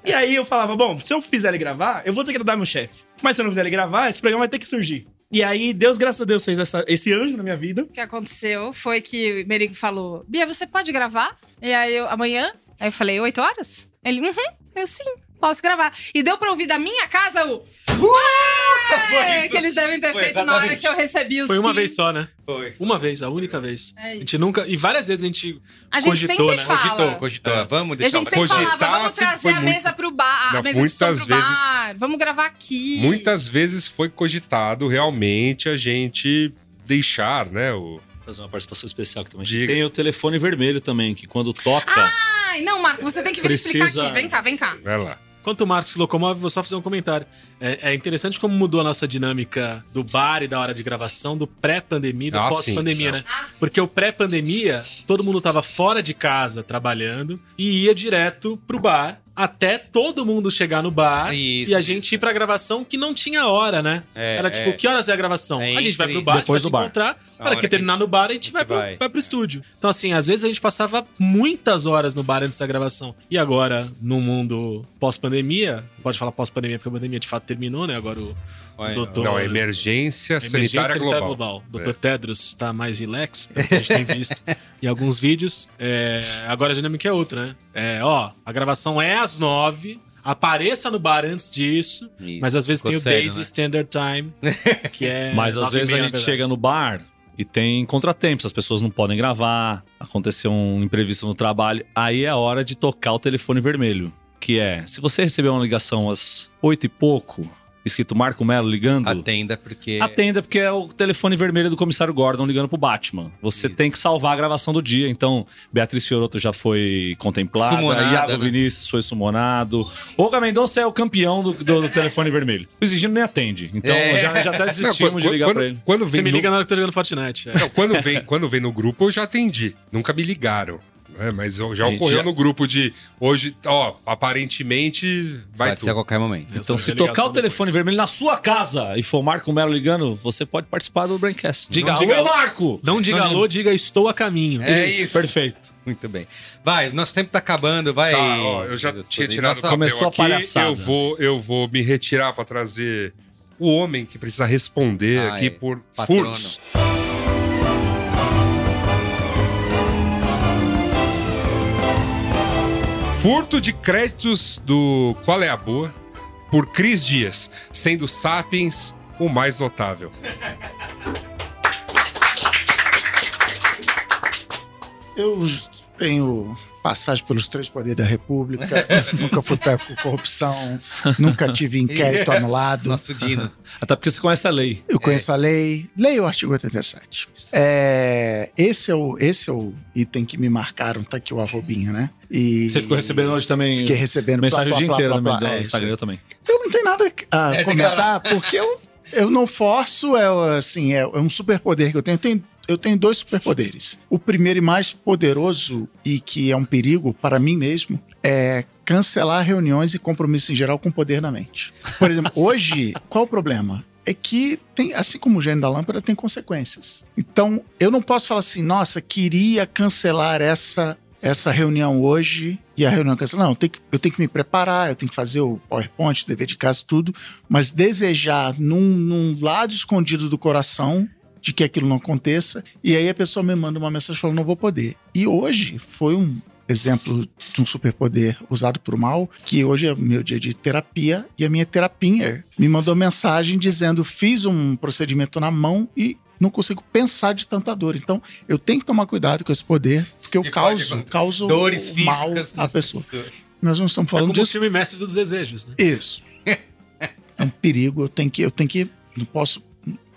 e aí, eu falava: Bom, se eu fizer ele gravar, eu vou desagradar meu chefe. Mas se eu não fizer ele gravar, esse programa vai ter que surgir. E aí, Deus, graças a Deus, fez essa- esse anjo na minha vida.
O que aconteceu foi que o Merigo falou: Bia, você pode gravar? E aí eu, amanhã? Aí eu falei, 8 horas? Ele, uhum, eu sim, posso gravar. E deu pra ouvir da minha casa o.
Foi
Ué!
isso.
Que eles devem ter
Foi
feito na hora
exatamente.
que eu recebi o
Foi uma
sim.
vez só, né? Foi. Uma vez, a única vez.
É
a
isso.
gente nunca. E várias vezes a gente.
A gente
cogitou,
sempre
né?
fala.
Cogitou, cogitou. Vamos
a
deixar
gente sempre falava, vamos
sempre
trazer
foi
a
muito-
mesa pro bar, a
Não,
mesa de som
muitas
pro
vezes-
bar, vamos gravar aqui.
Muitas vezes foi cogitado realmente a gente deixar, né? O...
Fazer uma participação especial aqui também. Tem o telefone vermelho também, que quando toca.
Ai, não, Marco, você tem que vir
Precisa-
explicar aqui. Vem cá, vem cá.
Vai lá.
Enquanto o Marcos se locomove, vou só fazer um comentário. É, é interessante como mudou a nossa dinâmica do bar e da hora de gravação, do pré-pandemia e do
Ah,
pós-pandemia,
sim.
né? Porque o pré-pandemia, todo mundo tava fora de casa trabalhando e ia direto pro bar. Até todo mundo chegar no bar
Isso,
e a gente ir pra gravação que não tinha hora, né?
É,
Era tipo,
é.
que horas é a gravação?
É
a gente vai pro
entre-
bar,
depois
a
do
gente vai
bar.
se encontrar.
A
Para
hora
que
que-
terminar no bar, a gente vai, pro,
vai.
vai pro estúdio. Então, assim, às vezes a gente passava muitas horas no bar antes da gravação. E agora, no mundo pós-pandemia, pode falar pós-pandemia, porque a pandemia de fato terminou, né? Agora o, o doutor.
Não, emergência sanitária global. É.
O Dr. tá Tedros está mais relax, pelo que a gente tem visto em alguns vídeos. É, agora a dinâmica é outra, né? É, ó, a gravação é às nove. Apareça no bar antes disso, mas às vezes
Ficou
tem o
sério,
Days
né?
Standard Time, que é.
Mas às
nove e
vezes a
meia, na
gente
verdade.
chega no bar e tem contratempos, as pessoas não podem gravar, aconteceu um imprevisto no trabalho. Aí é a hora de tocar o telefone vermelho, que é, se você receber uma ligação às oito e pouco, escrito Marco Melo ligando...
Atenda, porque...
Atenda, porque é o telefone vermelho do comissário Gordon ligando pro Batman. Você tem que salvar a gravação do dia. Então, Beatriz Fiorotto já foi contemplada,
Sumonada,
Iago
né?
Vinícius foi sumonado. Olga Mendonça é o campeão do, do- do telefone vermelho. O Exigindo nem atende. Então,
É.
já, já até desistimos
Não,
de
quando-
ligar
quando-
pra ele.
quando
Você
vem
me
no-
liga na hora que eu tô jogando Fortnite. é.
Não, quando vem, quando vem no grupo, eu já atendi. Nunca me ligaram. né? Mas eu- já
A gente
ocorreu
já-
no grupo de hoje, ó, aparentemente vai
Pode
tudo.
ser a qualquer momento.
Então, se tocar o telefone vermelho na sua casa e for o Marco Melo ligando, você pode participar do Braincast. Diga,
Não
alô, Marco!
Não diga alô, diga estou a caminho.
É isso.
Perfeito.
Muito bem. Vai, nosso tempo tá acabando, vai.
Tá, ó, eu já tinha tirado o papel
Começou a
aqui,
palhaçada.
Eu vou, eu vou me retirar pra trazer o homem que precisa responder
Ah,
aqui
é.
por
Patrono.
furtos. Furto de créditos do Qual é a Boa por Cris Dias, sendo Sapiens o mais notável.
Eu tenho passagem pelos três poderes da República, nunca fui pego com corrupção, nunca tive inquérito anulado.
É, Nosso Dino. É.
Até porque você conhece a lei.
Eu conheço a lei. Leia o artigo 87. É, esse, é o, esse é o item que me marcaram, tá aqui o arrobinha, né? E
Você ficou recebendo hoje também.
Fiquei recebendo
mensagem
plá,
o dia
plá,
inteiro
plá,
no meu
plá, plá.
do
É,
Instagram eu também.
Então não tem nada a comentar, porque eu, eu não forço, é assim, é, é um superpoder que eu tenho. Eu tenho eu tenho dois superpoderes. O primeiro e mais poderoso, e que é um perigo para mim mesmo, é cancelar reuniões e compromissos em geral com poder na mente. Por exemplo, hoje, qual o problema? É que, tem, assim como o gênio da lâmpada, tem consequências. Então, eu não posso falar assim, nossa, queria cancelar essa essa reunião hoje e a reunião cancelada. Não, eu tenho, que, eu tenho que me preparar, eu tenho que fazer o PowerPoint, o dever de casa, tudo. Mas desejar num, num lado escondido do coração de que aquilo não aconteça. E aí a pessoa me manda uma mensagem falando, não vou poder. E hoje foi um exemplo de um superpoder usado por mal, que hoje é o meu dia de terapia, e a minha terapinha me mandou mensagem dizendo, fiz um procedimento na mão e não consigo pensar de tanta dor. Então, eu tenho que tomar cuidado com esse poder, porque eu causo,
né?
causo
Dores
mal
físicas
à
nas
pessoa.
pessoas.
Nós não estamos
É
falando
como
de
o filme Mestre dos Desejos, né?
isso. É um perigo, eu tenho que, eu tenho que, não posso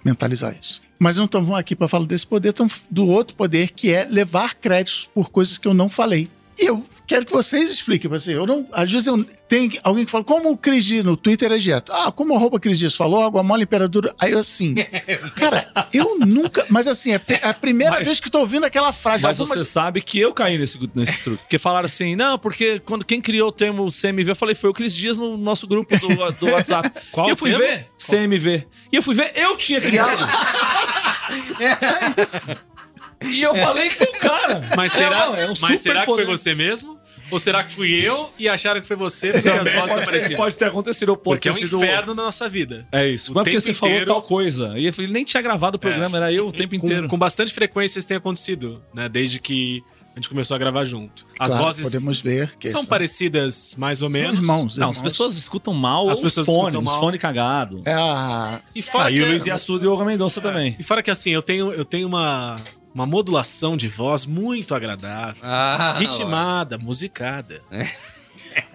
mentalizar isso. Mas não estamos aqui para falar desse poder, estamos do outro poder que é levar créditos por coisas que eu não falei. E eu quero que vocês expliquem para eu não, às vezes eu tem alguém que fala como o Cris Dias no Twitter é direto. Ah, como arroba Cris Dias falou, água mole imperadura. Aí eu assim, cara, eu nunca, mas assim, é pe- é a primeira
Mas-
vez que eu tô ouvindo aquela frase,
Mas
algumas-
você sabe que eu caí nesse, nesse truque. Porque falaram assim, não, porque quando, quem criou o termo CMV, eu falei, foi o Cris Dias no nosso grupo do, do WhatsApp.
Qual
e eu fui
termo?
ver CMV. E eu fui ver, eu tinha criado.
É
E eu falei que foi o cara.
Mas será,
Não, é um
mas será que foi
superpoder.
você mesmo? Ou será que fui eu e acharam que foi você porque as vozes
Pode, ser,
apareciam?
pode ter acontecido. ou pode
Porque é
ter
um
sido o-
inferno na nossa vida.
É isso.
O
Mas porque
tempo
você
inteiro-
falou tal coisa. E ele nem tinha gravado o programa,
É.
era eu o tempo
Com-
inteiro.
Com bastante frequência isso tem acontecido, né? Desde que a gente começou a gravar junto. As
Claro,
vozes
podemos ver que
são
são-
parecidas, mais ou menos.
irmãos,
Não,
irmãos.
as pessoas escutam mal
As
os
pessoas
fones,
escutam
os
mal.
fones cagados.
É a-
E fora
Aí
que-
o Luiz Assuda e o Olga Mendonça também.
E fora que assim, eu tenho, eu tenho uma, uma modulação de voz muito agradável,
Ah,
ritmada, musicada.
É.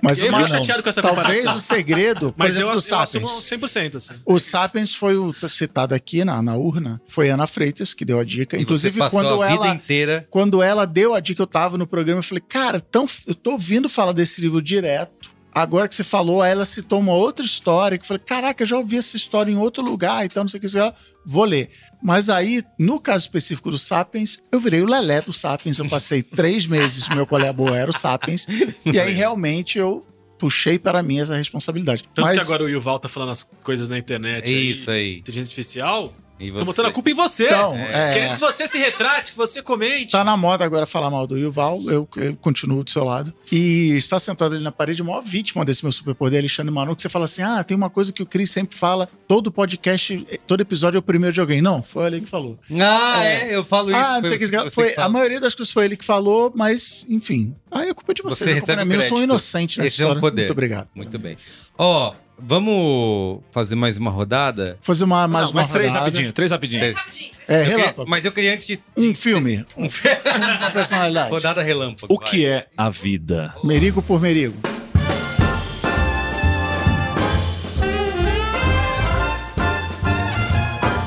Mas
eu
uma-
fico chateado com essa
Talvez
comparação.
o segredo, por
Mas
exemplo,
eu,
do
eu assumo
Sapiens.
100%, assim.
O Sapiens foi o citado aqui na, na urna, foi a Ana Freitas que deu a dica. Inclusive,
Você passou
quando
a
ela.
vida inteira.
Quando ela deu a dica, eu tava no programa, eu falei, cara, tão, eu tô ouvindo falar desse livro direto. Agora que você falou, aí ela citou uma outra história, que eu falei, caraca, eu já ouvi essa história em outro lugar, então não sei o que, não sei o que lá. vou ler. Mas aí, no caso específico do Sapiens, eu virei o Lelé do Sapiens, eu passei três meses, meu colega era o Sapiens, e aí realmente eu puxei para mim essa responsabilidade.
Tanto
Mas-
que agora o Yuval tá falando as coisas na internet.
Isso aí.
Inteligência artificial.
E
Tô botando a culpa em você.
Então, é.
Querendo que você se retrate, que você comente.
Tá na moda agora falar mal do Yuval, eu, eu continuo do seu lado. E está sentado ali na parede, a maior vítima desse meu superpoder, Alexandre Maron, que você fala assim: ah, tem uma coisa que o Cris sempre fala, todo podcast, todo episódio é o primeiro de alguém. Não, foi ele que falou.
Ah, é, eu falo isso.
Ah, não
foi
sei o que,
você-
esse cara-
você
foi,
que
a
fala.
maioria das coisas foi ele que falou, mas, enfim. Aí é culpa de vocês,
Você
a culpa não
recebe
é
o
minha, eu sou um
crédito.
inocente nessa
Esse é
história.
um poder.
Muito obrigado.
Muito bem. Ó, vamos fazer mais uma rodada?
Fazer uma, mais
Não,
uma
mas três
rodada.
rapidinho,
três rapidinho.
É,
Eu queria-
relâmpago.
mas eu queria antes de...
Um filme. Um filme. uma personalidade.
Rodada relâmpago.
O que é a vida?
Um Merigo por merigo.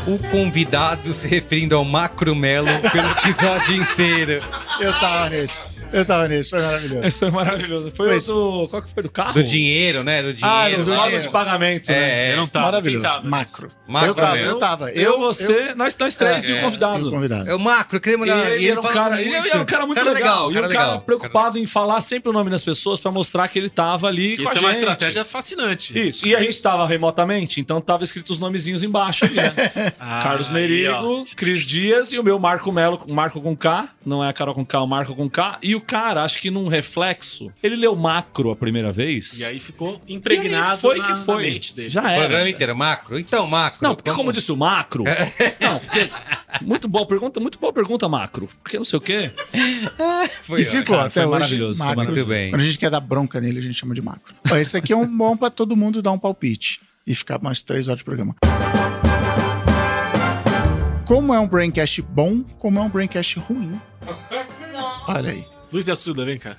O convidado se referindo ao Macromelo pelo episódio inteiro.
Eu tava nesse. Eu tava nesse, foi maravilhoso.
Isso é maravilhoso. Foi,
Foi
o do. Qual que foi? Do carro?
Do dinheiro, né? Do
Ah,
dinheiro.
do dinheiro. de pagamento, né?
É,
Eu não tava.
Maravilhoso.
Quem tava?
Macro.
Macro
eu tava,
mesmo.
eu tava.
Eu, você, nós, nós três
É,
e o
é,
convidado.
eu um convidado.
É o Macro, creme
E
na...
ele, era um cara, ele era um cara muito legal. E um
Cara
cara,
legal.
preocupado em falar sempre o nome das pessoas pra mostrar que ele tava ali. com
Que Isso
a
é uma
gente.
estratégia fascinante.
Isso. E a gente tava remotamente, então tava escrito os nomezinhos embaixo ali, né?
Ah,
Carlos Merigo, Cris Dias e o meu Marco Melo, Marco com K, não é a Carol com K, é o Marco com K. E o cara, acho que num reflexo, ele leu macro a primeira vez.
E aí ficou impregnado
E aí foi
na,
que
na
foi.
mente dele.
Já
O
era.
programa inteiro, Macro. Então, Macro. É.
Não, porque como disse o macro. não, porque- muito boa pergunta, muito boa pergunta, macro. Porque não sei o quê.
Foi
e ficou
cara,
até
foi
hoje.
maravilhoso, foi
macro.
maravilhoso. Muito bem.
Quando a gente quer dar bronca nele, a gente chama de macro. Ó, Esse aqui é um bom pra todo mundo dar um palpite e ficar mais três horas de programa. Como é um braincast bom, como é um braincast ruim. Olha aí.
Luiz e Assuda, vem cá.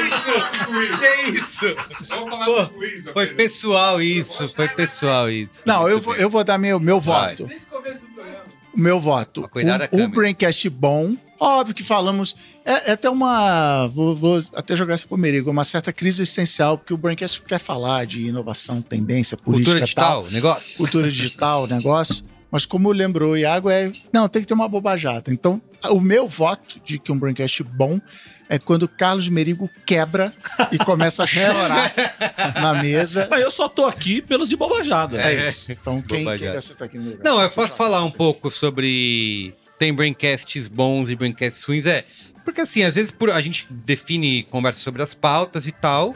que isso?
Vamos falar
Pô,
dos quiz,
foi
apenas.
pessoal isso, foi pessoal isso.
Não, eu vou, eu vou dar meu, meu
Vai.
voto. O meu voto.
cuidar
um,
da
um
câmera.
Braincast bom. Óbvio que falamos. É, é até uma. Vou, vou até jogar essa pomeriga, uma certa crise existencial, porque o Braincast quer falar de inovação, tendência, política.
Cultura digital,
tal,
negócio.
Cultura digital, negócio. Mas como lembrou o Iago, é. Não, tem que ter uma bobajada. Então, o meu voto de que um Braincast bom é quando o Carlos Merigo quebra e começa a chorar na mesa.
Mas eu só tô aqui pelos de bobajada.
É isso. Então, quem
Bobajada.
quer sentar aqui no meu lugar?
Não, eu posso falar um pouco sobre. Tem braincasts bons e braincasts ruins. É. Porque assim, às vezes por... a gente define, conversa sobre as pautas e tal.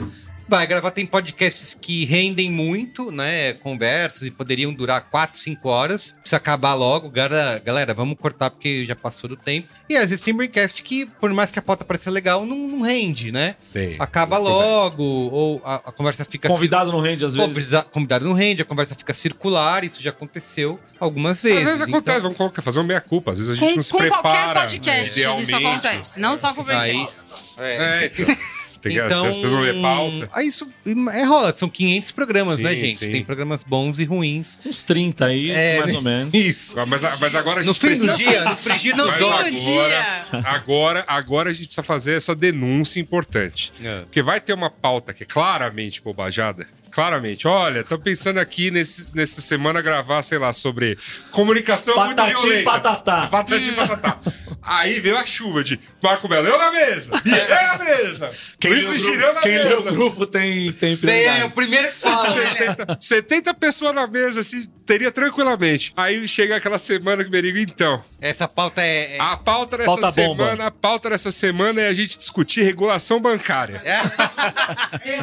Vai gravar, tem podcasts que rendem muito, né? Conversas e poderiam durar 4, 5 horas. Precisa acabar logo. Galera, galera, vamos cortar porque já passou do tempo. E às vezes tem braincast que, por mais que a pauta pareça legal, não, não rende, né?
Tem.
Acaba logo, ou a, a conversa fica...
É, Convidado não rende às vezes.
Convisa- Convidado não rende, a conversa fica circular, isso já aconteceu algumas vezes.
Às vezes
então-
acontece, vamos colocar, fazer uma meia-culpa. Às vezes a gente
Com,
não se
com
prepara.
qualquer podcast isso
idealmente.
acontece. Não só com o
Aí-
Braincast.
É.
então.
Então,
Tem que- as pessoas não lê pauta.
Aí isso é, rola, são 500 programas,
Sim,
né, gente?
sim.
Tem programas bons e ruins.
Uns 30 aí, mais ou menos.
é, né? Isso.
Mas, a- mas agora a gente
No fim do
precisa-
dia, no frigir
Mas
dos olhos.
agora, agora, agora a gente precisa fazer essa denúncia importante.
É.
Porque vai ter uma pauta que é claramente bobajada. Claramente. Olha, tô pensando aqui nesse, nessa semana gravar, sei lá, sobre comunicação muito
Patati
violenta.
patatá.
Patati patatá. Aí veio a chuva de Marco Belo, eu na mesa! E eu
É.
na mesa! Luiz
lê o
Girão
grupo-
na
quem lê
mesa!
o grupo tem,
Tem, é
tem prioridade.
o
primeiro que né?
fala. 70, 70 pessoas na mesa, assim, teria tranquilamente. Aí chega aquela semana que me liga, então.
Essa pauta é.
A pauta dessa
Pauta bomba.
semana, a pauta dessa semana é a gente discutir regulação bancária.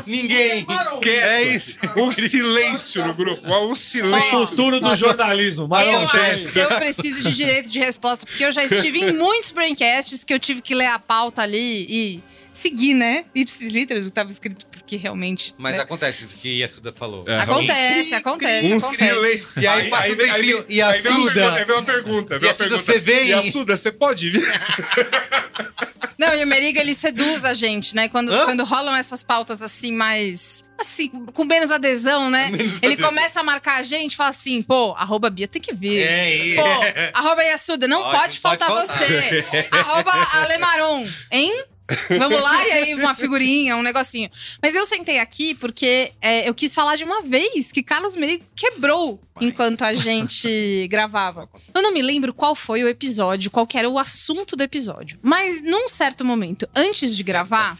Ninguém
Quieto.
É isso.
Um silêncio no grupo. Um silêncio.
O futuro do jornalismo. Mas
Eu acho
acontece.
que eu preciso de direito de resposta, porque eu já estive em muitos braincasts que eu tive que ler a pauta ali e seguir, né? Ipsis literis, o que estava escrito, porque realmente.
Mas
né?
acontece isso que a Suda falou.
É.
Acontece, acontece,
Um
acontece.
silêncio.
E aí passa o tempinho,
vem-
e a
aí vem uma
Suda?
pergunta, aí vem uma pergunta. vem
E a
uma
Suda,
pergunta.
você vem?
E a Suda, você pode vir?
Não, e o Merigo, ele seduz a gente, né? Quando,
Hã?
quando rolam essas pautas assim, mais. Assim, com menos adesão, né? ele
adesão.
começa a marcar a gente fala assim: pô, arroba Bia tem que vir.
É, e-
Pô, arroba Yasuda, não
Ó,
pode,
não pode
faltar,
faltar.
você. arroba Alemaron, hein? Vamos lá, e aí uma figurinha, um negocinho. Mas eu sentei aqui porque é, eu quis falar de uma vez que Carlos Merigo quebrou enquanto a gente gravava. Eu não me lembro qual foi o episódio, qual que era o assunto do episódio. Mas num certo momento, antes de gravar,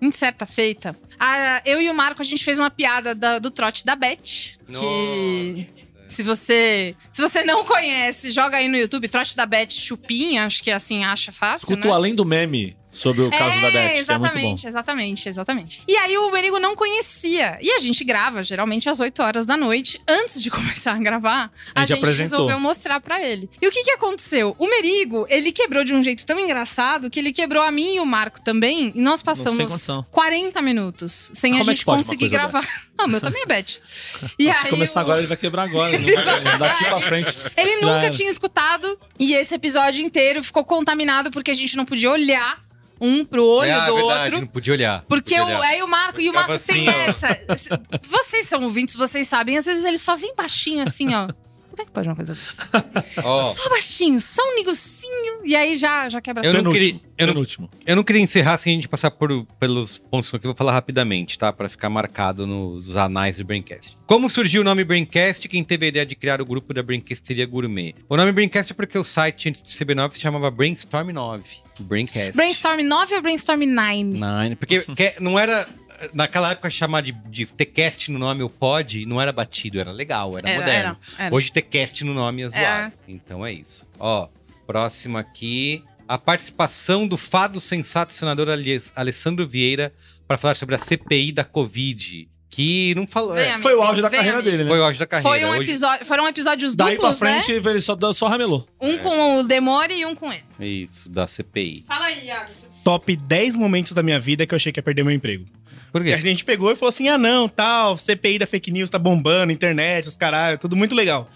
em certa feita, a- eu e o Marco, a gente fez uma piada da- do trote da Beth. Que. Se você, se você não conhece, joga aí no YouTube, trote da Beth Chupim, acho que assim acha fácil.
Escuta o
né?
além do meme sobre o caso
é,
da Beth, que é
Exatamente,
muito bom.
exatamente, exatamente. E aí o Merigo não conhecia. E a gente grava, geralmente às 8 horas da noite. Antes de começar a gravar,
A
a,
gente
gente,
apresentou.
resolveu mostrar pra ele. E o que que aconteceu? O Merigo, ele quebrou de um jeito tão engraçado que ele quebrou a mim e o Marco também. E nós passamos
condição.
40 minutos sem a
Como é que
gente
pode uma
conseguir
coisa
gravar.
dessa?
Ah, o meu também é Beth.
Se
E aí,
começar
o-
agora, ele vai quebrar agora. né? Não vai, não, daqui pra frente. é.
ele
Já
nunca
era.
tinha escutado e esse episódio inteiro ficou contaminado porque a gente não podia olhar um pro olho
Ah,
do
verdade,
outro.
Não podia olhar.
Porque
não
eu,
podia olhar.
aí o Marco, e o
Ficava
Marco tem
assim, ó.
essa. Vocês são ouvintes, vocês sabem. Às vezes ele só vem baixinho assim, ó. Como é que pode uma coisa dessa?
Ó,
Só baixinho, só um negocinho. E aí já, já quebra
Eu não,
tudo.
queria, eu, não, eu não queria encerrar sem a gente passar por- pelos pontos que eu vou falar rapidamente, tá? Pra ficar marcado nos anais do Braincast. Como surgiu o nome Braincast? Quem teve a ideia de criar o grupo da Braincasteria Gourmet? O nome Braincast é porque o site antes de CB9 se chamava Brainstorm 9. Braincast.
Brainstorm 9 ou Brainstorm 9?
Nine. Porque que- não era. Naquela época, chamar de, de ter cast no nome ou pod não era batido, era legal, era,
Era,
moderno.
era, era.
Hoje ter cast no nome é zoado. Então é isso. Ó, próximo aqui. A participação do fado sensato senador Ale- Alessandro Vieira para falar sobre a CPI da Covid. Que não falou. é.
Vem, amigo, Foi o auge da vem, carreira amigo. dele, né?
Foi o auge da carreira.
Foi um
Hoje-
episódio, foram episódios
Daí pra
duplos, né?
frente, ele só, só ramelou.
Um
É.
com o Demore e um com ele.
Isso, da CPI.
Fala aí, Iago. seu-
Top 10 momentos da minha vida que eu achei que ia perder meu emprego.
Por quê?
a gente pegou e falou assim: ah, não, tal, CPI da fake news tá bombando, internet, os caralho, tudo muito legal.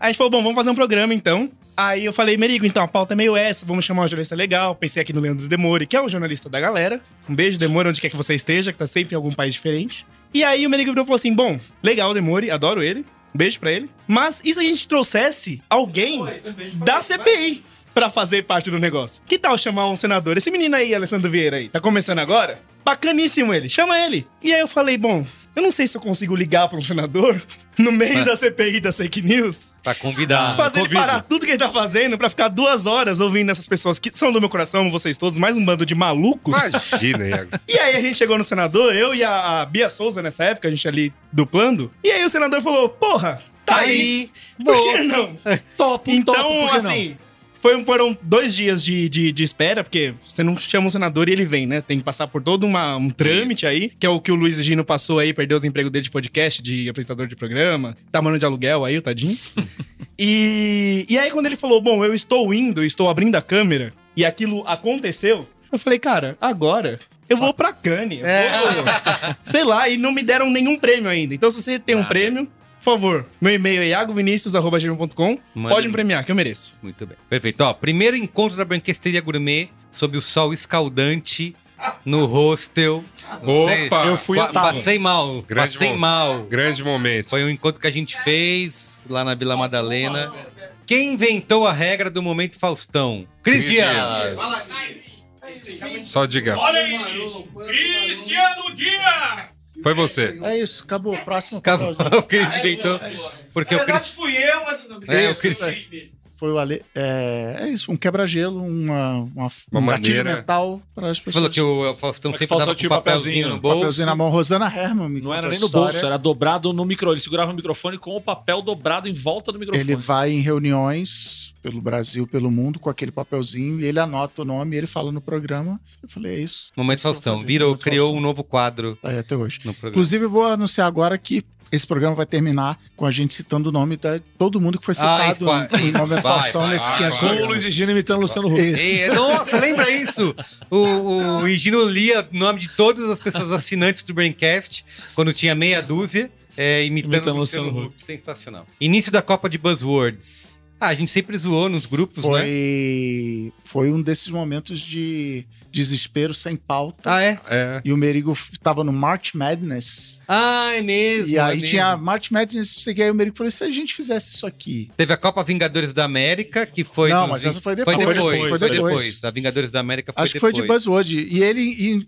Aí a gente falou: bom, vamos fazer um programa então. Aí eu falei, Merigo, então a pauta é meio essa, vamos chamar uma jornalista legal. Pensei aqui no Leandro Demore, que é um jornalista da galera. Um beijo, Demore, onde quer que você esteja, que tá sempre em algum país diferente. E aí o Merigo virou e falou assim: bom, legal o Demore, adoro ele. Um beijo pra ele. Mas e se a gente trouxesse alguém da CPI pra fazer parte do negócio? Que tal chamar um senador? Esse menino aí, Alessandro Vieira aí, tá começando agora? Bacaníssimo ele, chama ele. E aí eu falei, bom, eu não sei se eu consigo ligar pra um senador no meio
Mas-
da CPI da fake news.
Pra convidar.
Fazer ele
Tá Ah, é Covid.
parar tudo que ele tá fazendo pra ficar duas horas ouvindo essas pessoas que são do meu coração, vocês todos, mais um bando de malucos.
Imagina, Iago.
E aí a gente chegou no senador, eu e a, a Bia Souza nessa época, a gente ali duplando. E aí o senador falou, porra, tá, aí. Por que não?
Topo,
Então,
topo, por que não?
assim, foi- foram dois dias de, de, de espera, porque você não chama o senador e ele vem, né? Tem que passar por todo uma- um trâmite aí, que é o que o Luiz Gino passou aí, perdeu os empregos dele de podcast, de apresentador de programa, tá morando de aluguel aí, o tadinho. e, e aí quando ele falou, bom, eu estou indo, eu estou abrindo a câmera, e aquilo aconteceu, eu falei, cara, agora... Eu vou pra Cannes. eu
É.
vou- Sei lá, e não me deram nenhum prêmio ainda. Então, se você tem um
Ah.
prêmio, por favor, meu e-mail é iagovinicius.com.
Manda aí.
Pode me premiar, que eu mereço.
Muito bem. Perfeito. Ó, primeiro encontro da Branquesteria Gourmet sob o sol escaldante no hostel.
Opa!
eu fui Passei mal.
Grande
passei
mo-
mal.
Grande momento.
Foi um encontro que a gente fez lá na Vila Madalena. Quem inventou a regra do momento Faustão? Cris
Cris
Dias.
Só diga.
Cristiano Dias!
Foi você.
É isso, acabou. Próximo.
Acabou.
papelzinho.
O Cris inventou. Porque o Cris.
fui eu, mas o nome
É,
dele
o Cris-
Foi o Ale. É, é isso, um quebra-gelo, uma, uma,
Uma
um gatilho
maneira.
mental para as
Você
pessoas. Um
falou que o Faustão sempre tava com papelzinho no bolso.
Papelzinho na mão. Rosana Herman me
um Não
conta
era
a
nem no
história.
bolso, era dobrado no microfone. Ele segurava o microfone com o papel dobrado em volta do microfone.
Ele vai em reuniões pelo Brasil, pelo mundo, com aquele papelzinho, e ele anota o nome, ele fala no programa. Eu falei, é isso.
Momento Faustão. Virou, criou um novo quadro.
Tá até hoje.
No programa.
Inclusive, eu vou anunciar agora que esse programa vai terminar com a gente citando o nome de todo mundo que foi citado
Ah, isso, vai.
no no momento
Vai,
Faustão
vai,
nesses
vai,
500
vai.
programas.
Com o Luiz
Gino imitando o Luciano Huck.
Ei, É, nossa, lembra isso? O, o Higino lia o nome de todas as pessoas assinantes do Braincast, quando tinha meia dúzia, é, imitando,
Imitando
o Luciano
Luciano
Huck. Sensacional. Início da Copa de Buzzwords. Ah, a gente sempre zoou nos grupos, né?
Foi, foi um desses momentos de desespero sem pauta.
Ah, é?
E o Merigo f- tava no March Madness.
Ah, é mesmo.
E
é
aí
mesmo.
tinha March Madness, não sei o que, aí o Merigo falou, e se a gente fizesse isso aqui?
Teve a Copa Vingadores da América, que foi.
Não,
dos-
mas essa foi
Foi
depois,
depois,
foi
foi depois.
depois.
A Vingadores da América foi
Acho que foi
depois.
de Buzzword. E ele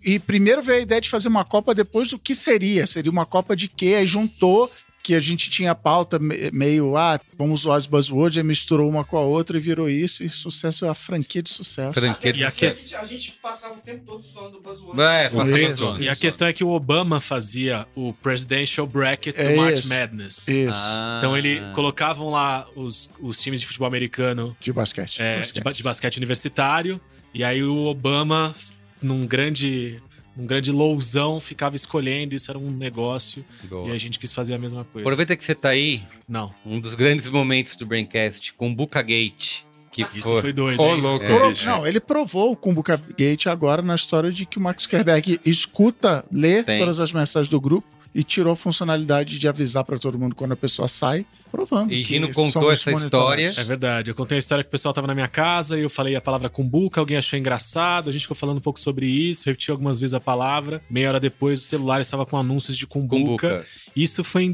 e, e primeiro veio a ideia de fazer uma Copa depois do que seria. Seria uma Copa de quê? Aí juntou que a gente tinha a pauta me- meio, ah, vamos usar as Buzzword, aí misturou uma com a outra e virou isso. E sucesso é a franquia de sucesso.
Franquia de
Ah, E a
sucesso.
que-
A gente passava o tempo todo falando do Buzzword.
É, com a
Isso.
Amazon.
E a questão é que o Obama fazia o Presidential Bracket do
É
March
isso.
Madness.
Isso.
Ah.
Então ele colocavam lá os, os times de futebol americano
De basquete.
é, de, ba- de basquete universitário. E aí o Obama, num grande, num grande lousão, ficava escolhendo. Isso era um negócio.
Boa.
E a gente quis fazer a mesma coisa.
Aproveita que você tá aí.
Não.
Um dos grandes momentos do Braincast com Buca Gate. Que
Isso foi doido,
Ô,
hein?
louco,
É. Pro-
bicho.
não, ele provou o Kumbuka Gate agora na história de que o Mark Zuckerberg escuta, lê
Tem.
todas as mensagens do grupo e tirou a funcionalidade de avisar pra todo mundo quando a pessoa sai, provando.
E
que
Gino contou
somos
essa
monitorados.
história.
É verdade. Eu contei a história que o pessoal tava na minha casa e eu falei a palavra cumbuca, alguém achou engraçado, a gente ficou falando um pouco sobre isso, repetiu algumas vezes a palavra. Meia hora depois o celular estava com anúncios de cumbuca.
Cumbuca.
Isso foi em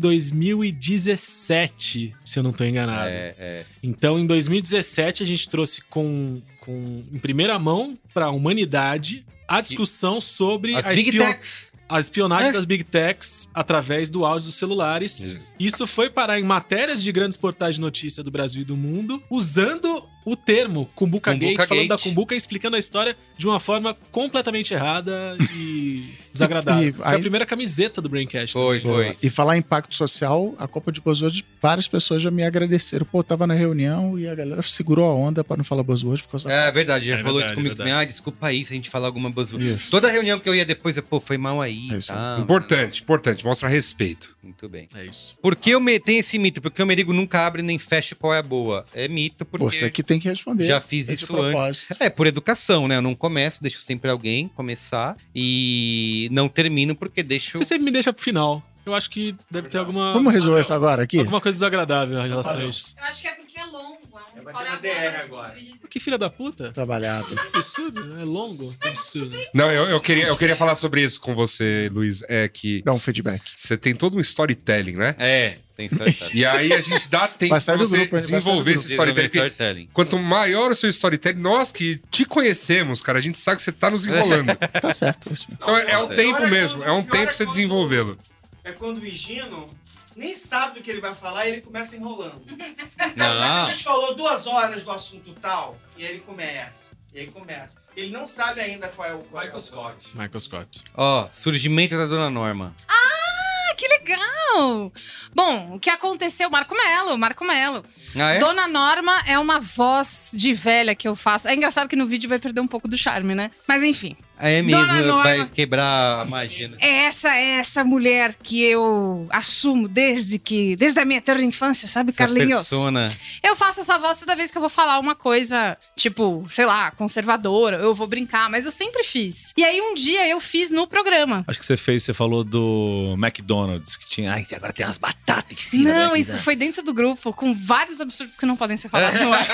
2017, se eu não tô enganado.
É,
Então, em 2017, a gente trouxe com, com em primeira mão para a humanidade a discussão sobre
As
a
Big
espion-
Techs.
a espionagem
É.
das Big Techs através do áudio dos celulares. Isso foi parar em matérias de grandes portais de notícia do Brasil e do mundo, usando o termo
Cumbuca
Cumbuca, Gate, falando
Gate.
da Cumbuca e explicando a história de uma forma completamente errada e desagradável.
E
foi
aí-
a primeira camiseta do Braincast.
Foi, foi.
E falar em impacto social, a Copa de Buzzword, várias pessoas já me agradeceram. Pô, eu tava na reunião e a galera segurou a onda pra não falar Buzzword por causa da
É verdade, já
É
falou
verdade,
isso comigo
é
também. Ah, desculpa aí se a gente falar alguma buzzword.
Isso. É
Toda reunião que eu ia depois, eu, pô, foi mal aí. tá,
Importante, importante. Mostra respeito.
Muito bem.
É isso.
Por que eu me... tem esse mito? Porque o Merigo nunca abre nem fecha qual é a boa. É mito porque
Você que tem que responder.
já fiz
É de
isso antes.
propósito.
É, por educação, né? Eu não começo, deixo sempre alguém começar e não termino porque deixo...
Você sempre me deixa pro final. Eu acho que deve ter alguma,
Vamos resolver isso agora aqui?
alguma coisa desagradável em relação a isso.
Eu acho que é porque é longo.
Vai ter uma DR agora.
Que filha da puta?
Trabalhado.
né?
Absurdo, é longo. Absurdo.
Não, eu, eu, queria, eu queria falar sobre isso com você, Luiz. É que.
Dá um feedback.
Você tem todo um storytelling, né?
É, tem storytelling.
E aí a gente dá tempo
Vai
pra
sair do
você
grupo, hein? Vai sair do
desenvolver esse
grupo.
storytelling.
Desenvolver
porque
storytelling.
Quanto maior o seu storytelling, nós que te conhecemos, cara, a gente sabe que você tá nos enrolando.
tá certo. isso.
Então é, é o tempo mesmo, é um tempo pra você desenvolvê-lo.
É quando o Higino nem sabe do que ele vai falar e ele começa enrolando. Então, já que a
Não.
gente falou duas horas do assunto tal, e aí ele começa. E aí começa. Ele não sabe ainda qual é o qual Michael Scott.
Michael Scott.
Ó, surgimento da Dona Norma.
Ah, que legal! Bom, o que aconteceu? Marco Melo, Marco Melo.
Ah, é?
Dona Norma é uma voz de velha que eu faço. É engraçado que no vídeo vai perder um pouco do charme, né? Mas enfim.
É mesmo,
Dona Norma.
vai quebrar a magia. né?
É essa, é essa mulher que eu assumo desde que. Desde a minha terra infância, sabe,
Essa
Carlinhos?
persona.
Eu faço essa voz toda vez que eu vou falar uma coisa, tipo, sei lá, conservadora, eu vou brincar, mas eu sempre fiz. E aí um dia eu fiz no programa.
Acho que você fez, você falou do McDonald's, que tinha. Ai, agora tem umas batatas em cima. né,
Não,
aqui,
isso
né?
foi dentro do grupo, com vários absurdos que não podem ser falados no ar.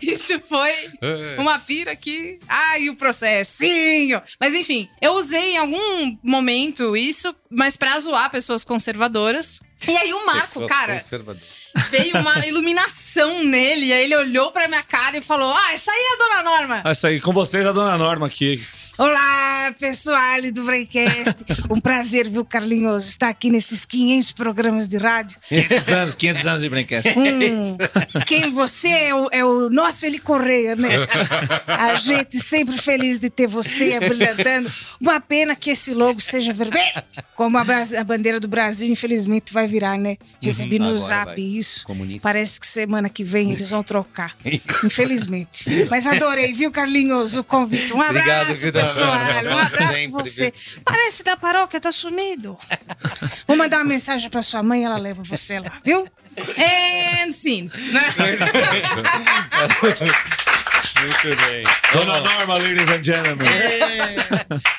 isso foi uma pira que. Ai, o processinho! Mas enfim, eu usei em algum momento isso, mas pra zoar pessoas conservadoras. E aí o Marco,
Pessoas
cara,
conservadoras.
veio uma iluminação nele. E aí ele olhou pra minha cara e falou: Ah, essa aí é a dona Norma!
Ah, isso aí, com vocês, a dona Norma aqui.
Olá, pessoal do Braincast. Um prazer, viu, Carlinhos, estar aqui nesses 500 programas de rádio.
500 anos, 500 anos de brinquedo.
Hum, quem você é o, é o nosso Eli Correia, né? A gente sempre feliz de ter você abrilhantando. Uma pena que esse logo seja vermelho, como a, Bras- a bandeira do Brasil, infelizmente, vai virar, né? Recebi no
Uhum. Agora
zap
vai.
isso.
Comunista.
Parece que semana que vem eles vão trocar. Infelizmente. Mas adorei, viu, Carlinhos, o convite. Um abraço,
Obrigado, viu,
pessoal.
Dona Norma?
Um abraço
Sempre,
você.
viu?
Parece da paróquia, tá sumido. Vou mandar uma mensagem pra sua mãe, ela leva você lá, viu? And sim.
Muito bem.
Dona Norma, ladies and gentlemen.
É.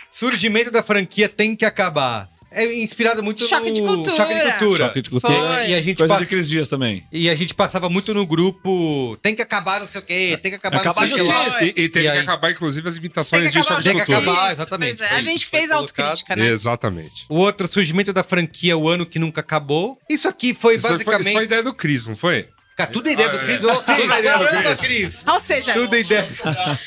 Surgimento da franquia tem que acabar. É inspirado muito
Choque
no
de cultura.
Choque de cultura.
Choque de cultura.
E a gente
Coisa
passa-
de Cris Dias também.
E a gente passava muito no grupo. Tem que acabar não sei o quê, tem que acabar,
Acabar
não sei o quê. lá.
E, e teve que
aí-
acabar, inclusive, as
Tem
imitações
que
de
acabar.
Choque de
Tem que
Cultura.
acabar,
Pois
exatamente.
é, a gente fez a autocrítica, né?
Exatamente.
O outro surgimento da franquia O Ano Que Nunca Acabou. Isso aqui foi
Isso foi-
basicamente.
isso foi ideia do Cris, não foi?
Cara, tudo é ideia do
Ah, é.
Cris. Ô, Cris,
Tudo é ideia do
caramba,
Cris.
Cris.
Ou seja,
Tudo é ideia.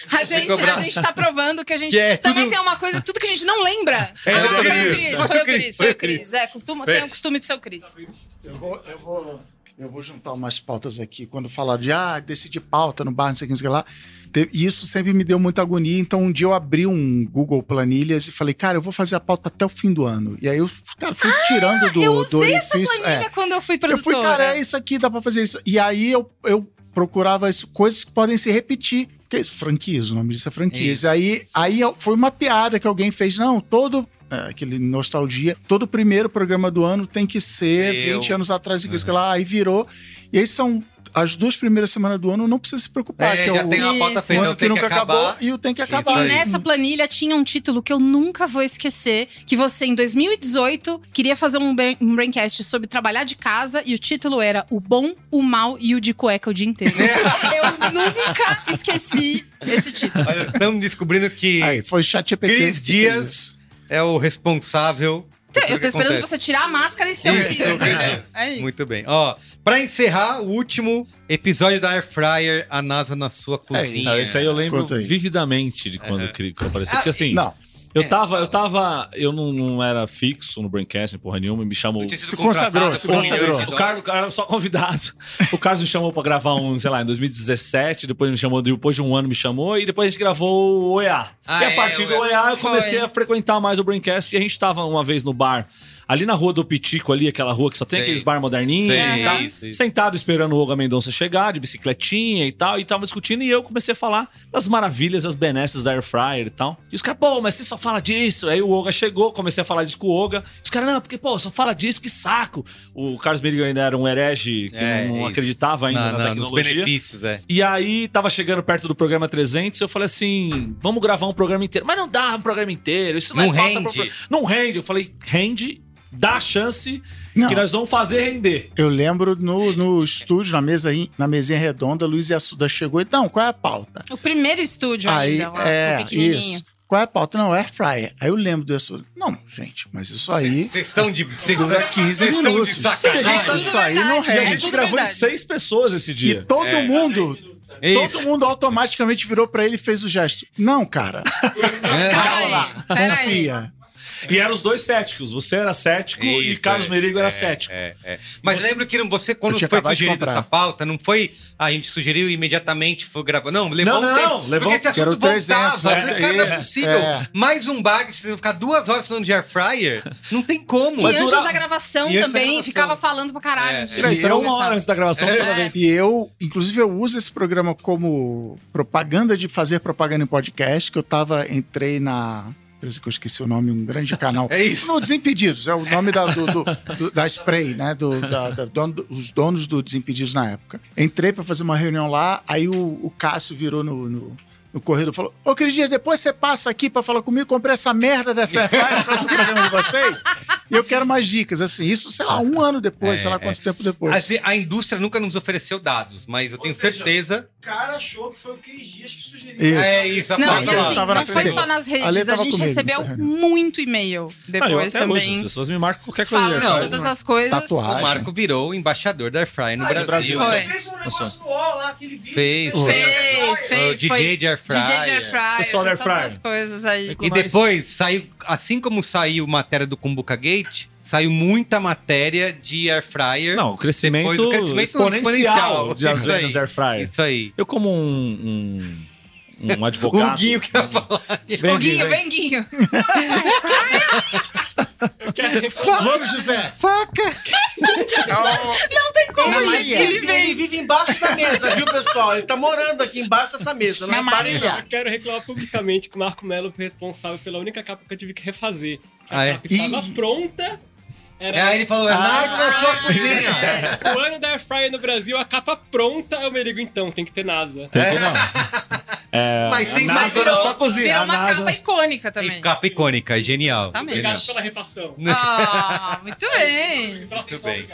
a gente, a gente tá provando que a gente
Que é
também
tudo-
tem uma coisa, tudo que a gente não lembra.
É,
Ah,
é
foi o
Cris,
Cris, foi o Cris, foi o Cris. É, costuma,
Bem.
tem o costume de ser o Cris.
Eu vou, eu vou, eu vou juntar umas pautas aqui. Quando falar de, ah, decidi pauta no bar, não sei o que, não sei o que lá. Te- E isso sempre me deu muita agonia. Então, um dia eu abri um Google Planilhas e falei, cara, eu vou fazer a pauta até o fim do ano. E aí eu cara, fui tirando do,
Ah, Eu
do
usei essa
orifício.
planilha
é.
quando eu fui
Eu
produtora.
fui, cara, é isso aqui, dá pra fazer isso. E aí eu, eu procurava isso, coisas que podem se repetir. Porque isso, franquias, o nome disso é franquias.
Isso.
Aí, aí eu- foi uma piada que alguém fez. Não, todo. é, Aquele nostalgia. Todo primeiro programa do ano tem que ser
Eu.
20 anos atrás,
É.
uhum. lá, aí virou. E aí são as duas primeiras semanas do ano, não precisa se preocupar.
É,
que
já
o,
tem uma pauta
Isso.
feita,
o ano
eu
que
tenho que
nunca acabou
acabar.
e o tem que
Isso
acabar.
E nessa planilha tinha um título que eu nunca vou esquecer, que você em 2018 queria fazer um, bra- um braincast sobre trabalhar de casa e o título era O Bom, o Mal e o de Cueca o Dia Inteiro. eu nunca esqueci esse título.
Olha, estamos descobrindo que
Aí, foi o chat GPT
Cris
que fez isso.
Dias é o responsável.
Então, eu tô esperando
acontece.
você tirar a máscara e ser o
Isso,
Cris.
Cris.
É isso.
Muito bem. Ó, pra encerrar, o último episódio da Air Fryer, a NASA na sua cozinha.
Não, esse aí eu lembro
É Conta aí. É.
vividamente de quando o Cri- que eu apareci. Porque assim.
Ah, Não. É.
Eu tava, eu tava. Eu não, não era fixo no Braincast, porra nenhuma, me chamou.
Se consagrou, se consagrou.
O Carlos o cara era só convidado. O Carlos me chamou pra gravar um, sei lá, em 2017, depois me chamou, depois de um ano me chamou, e depois a gente gravou o OEA.
Ah,
e a
é,
partir do
o OEA.
OEA eu comecei
Foi.
a frequentar mais o Braincast e a gente tava uma vez no bar. Ali na rua do Pitico, ali, aquela rua que só tem
Sei,
aqueles bar moderninhos,
sei,
e tal,
sei.
sentado esperando o Olga Mendonça chegar, de bicicletinha e tal, e tava discutindo, e eu comecei a falar das maravilhas, das benesses da Air Fryer e tal. E os caras, pô, mas você só fala disso. Aí o Olga chegou, comecei a falar disso com o Olga. Os caras, não, porque, pô, só fala disso, que saco. O Carlos Merigo ainda era um herege que
É,
não
isso.
acreditava ainda
Não,
na
não, nos
tecnologia.
benefícios, é.
E aí tava chegando perto do programa 300, eu falei assim, vamos gravar um programa inteiro. Mas não dá um programa inteiro, isso não,
Não
é pauta pra
rende.
pro- Não rende. Eu falei, rende dá a chance que nós vamos fazer render.
Eu lembro no, no estúdio, na, mesa, na mesinha redonda, Luiz Assuda chegou e, não, qual é a pauta?
O primeiro estúdio
Aí,
ainda, lá, então, o
é,
pequenininho.
isso. Qual é a pauta? Não, é fryer. Aí eu lembro do Assuda. Não, gente, mas isso aí...
Vocês estão de. Vocês
Dura 15
vocês estão
minutos.
de sacanagem.
Gente, Isso aí não
E a
É
rende.
gente gravou em seis pessoas esse dia.
E todo
É.
mundo.
Isso.
Todo mundo automaticamente virou pra ele e fez o gesto. Não, cara. Calma lá. Confia.
E eram os dois céticos. Você era cético e
É,
Carlos Merigo era cético.
Mas lembro que não- você,
Eu
quando
tinha
foi
acabado de
sugerida
comprar.
essa pauta, não foi. "Ah, a gente sugeriu e imediatamente, foi gravando. Não, levou
Não,
um
não,
tempo.
levou-
porque esse
Quero
assunto
300,
voltava.
é.
Eu falei, cara, não é
É,
possível.
é.
Mais um bar que vocês vão ficar duas horas falando de air fryer. Não tem como.
E antes da gravação
E antes da
também,
gravação.
ficava falando pra caralho.
É.
antes de É.
E
começar.
da gravação
toda vez.
E eu, inclusive, eu uso esse programa como propaganda de fazer propaganda em podcast, que eu tava, entrei na. parece que eu esqueci o nome, um grande canal.
É isso.
No Desimpedidos, é o nome da, do- do- do- da Spray, né? Do, da- da- dono- os donos do Desimpedidos na época. Entrei pra fazer uma reunião lá, aí o, o Cássio virou no. no no corredor falou: Ô, Cris Dias, depois você passa aqui pra falar comigo, comprei essa merda dessa airfryer, faço o um programa de vocês. E eu quero mais dicas, assim. Isso, sei lá, um ano depois,
É,
sei lá
é.
quanto tempo depois.
Assim, a indústria nunca nos ofereceu dados, mas eu tenho certeza.
O cara achou que foi o Cris Dias que sugeriu.
Isso. É isso, a
Não,
pauta
e
lá.
assim,
Tava na
não foi
frente.
só nas
A Lê
redes, a,
tava
gente
comigo,
recebeu
é.
sério.
muito e-mail
Ah, eu
depois
até hoje, as
também.
pessoas me marcam qualquer coisa.
Falando
de airfryer.
todas as coisas.
O Marco virou o embaixador da Air Fryer no
Ah,
Brasil.
no Brasil,
né?
Foi.
Fez um
Nossa.
negócio no UOL lá, aquele vídeo.
Fez,
Fez, fez.
O DJ
foi
de
DJ
air
de
fryer.
air fryer,
Pessoal da
fez todas
air fryer.
essas coisas aí.
E depois saiu, assim como saiu matéria do Cumbuca Gate, saiu muita matéria de air fryer.
Não, o crescimento,
Depois do crescimento
exponencial,
exponencial.
de
Isso aí.
Azedas Air Fryer.
Isso aí.
Eu como um, um, um advogado...
O Guinho que ia falar.
Ô, Guinho, vem, Guinho.
Vamos, José.
É
Não, não tem como,
Ele,
gente. Ele
vive- ele
vem.
vive embaixo da mesa, viu, pessoal? Ele tá morando aqui embaixo dessa mesa. Não reparem
Eu
não.
quero reclamar publicamente que o Marco Melo foi responsável pela única capa que eu tive que refazer. A
Ah, é?
capa estava pronta. Era...
Aí ele falou, é nada na sua
cozinha. o ano da Air Fryer no Brasil, a capa pronta, eu me ligo então, tem que ter NASA.
É,
Mas sem
a NASA era
sazonal.
só
Virou
cozinhar. a
uma
NASA-
capa icônica também.
Capa icônica, é genial.
Exatamente.
genial.
Obrigado pela refação.
Ah, muito bem.
Muito bem.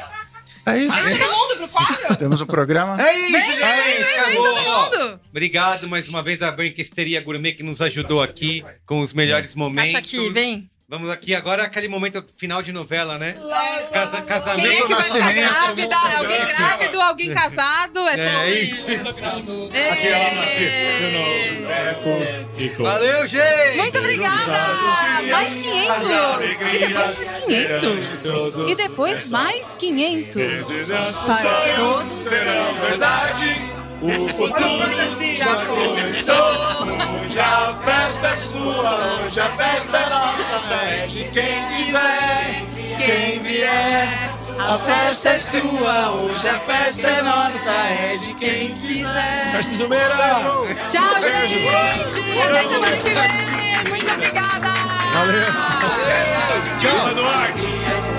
É isso.
Todo mundo pro quadro?
Temos um programa.
É isso, gente. acabou.
todo mundo.
Obrigado mais uma vez à Branquesteria Gourmet que nos ajudou aqui com os melhores momentos.
Caixa aqui, vem.
Vamos aqui agora, aquele momento final de novela, né? Casa- casamento.
Quem é que vai ficar
nascimento. É
grávida? Alguém
Isso.
grávido, alguém casado? É
É
sobre
isso. é
isso.
É.
É
Valeu, gente!
Muito obrigada! Mais 500! E depois mais 500! E depois mais 500! Para todos serão
verdade. O futuro já começou. Hoje a festa é sua, hoje a festa é nossa sede. Quem quiser, quem vier, a festa é sua, hoje a festa é nossa, é de quem quiser.
Tarcísio Meira!
Tchau, gente! Até semana
Ah,
que vem! Muito obrigada!
Valeu! Tchau!
é.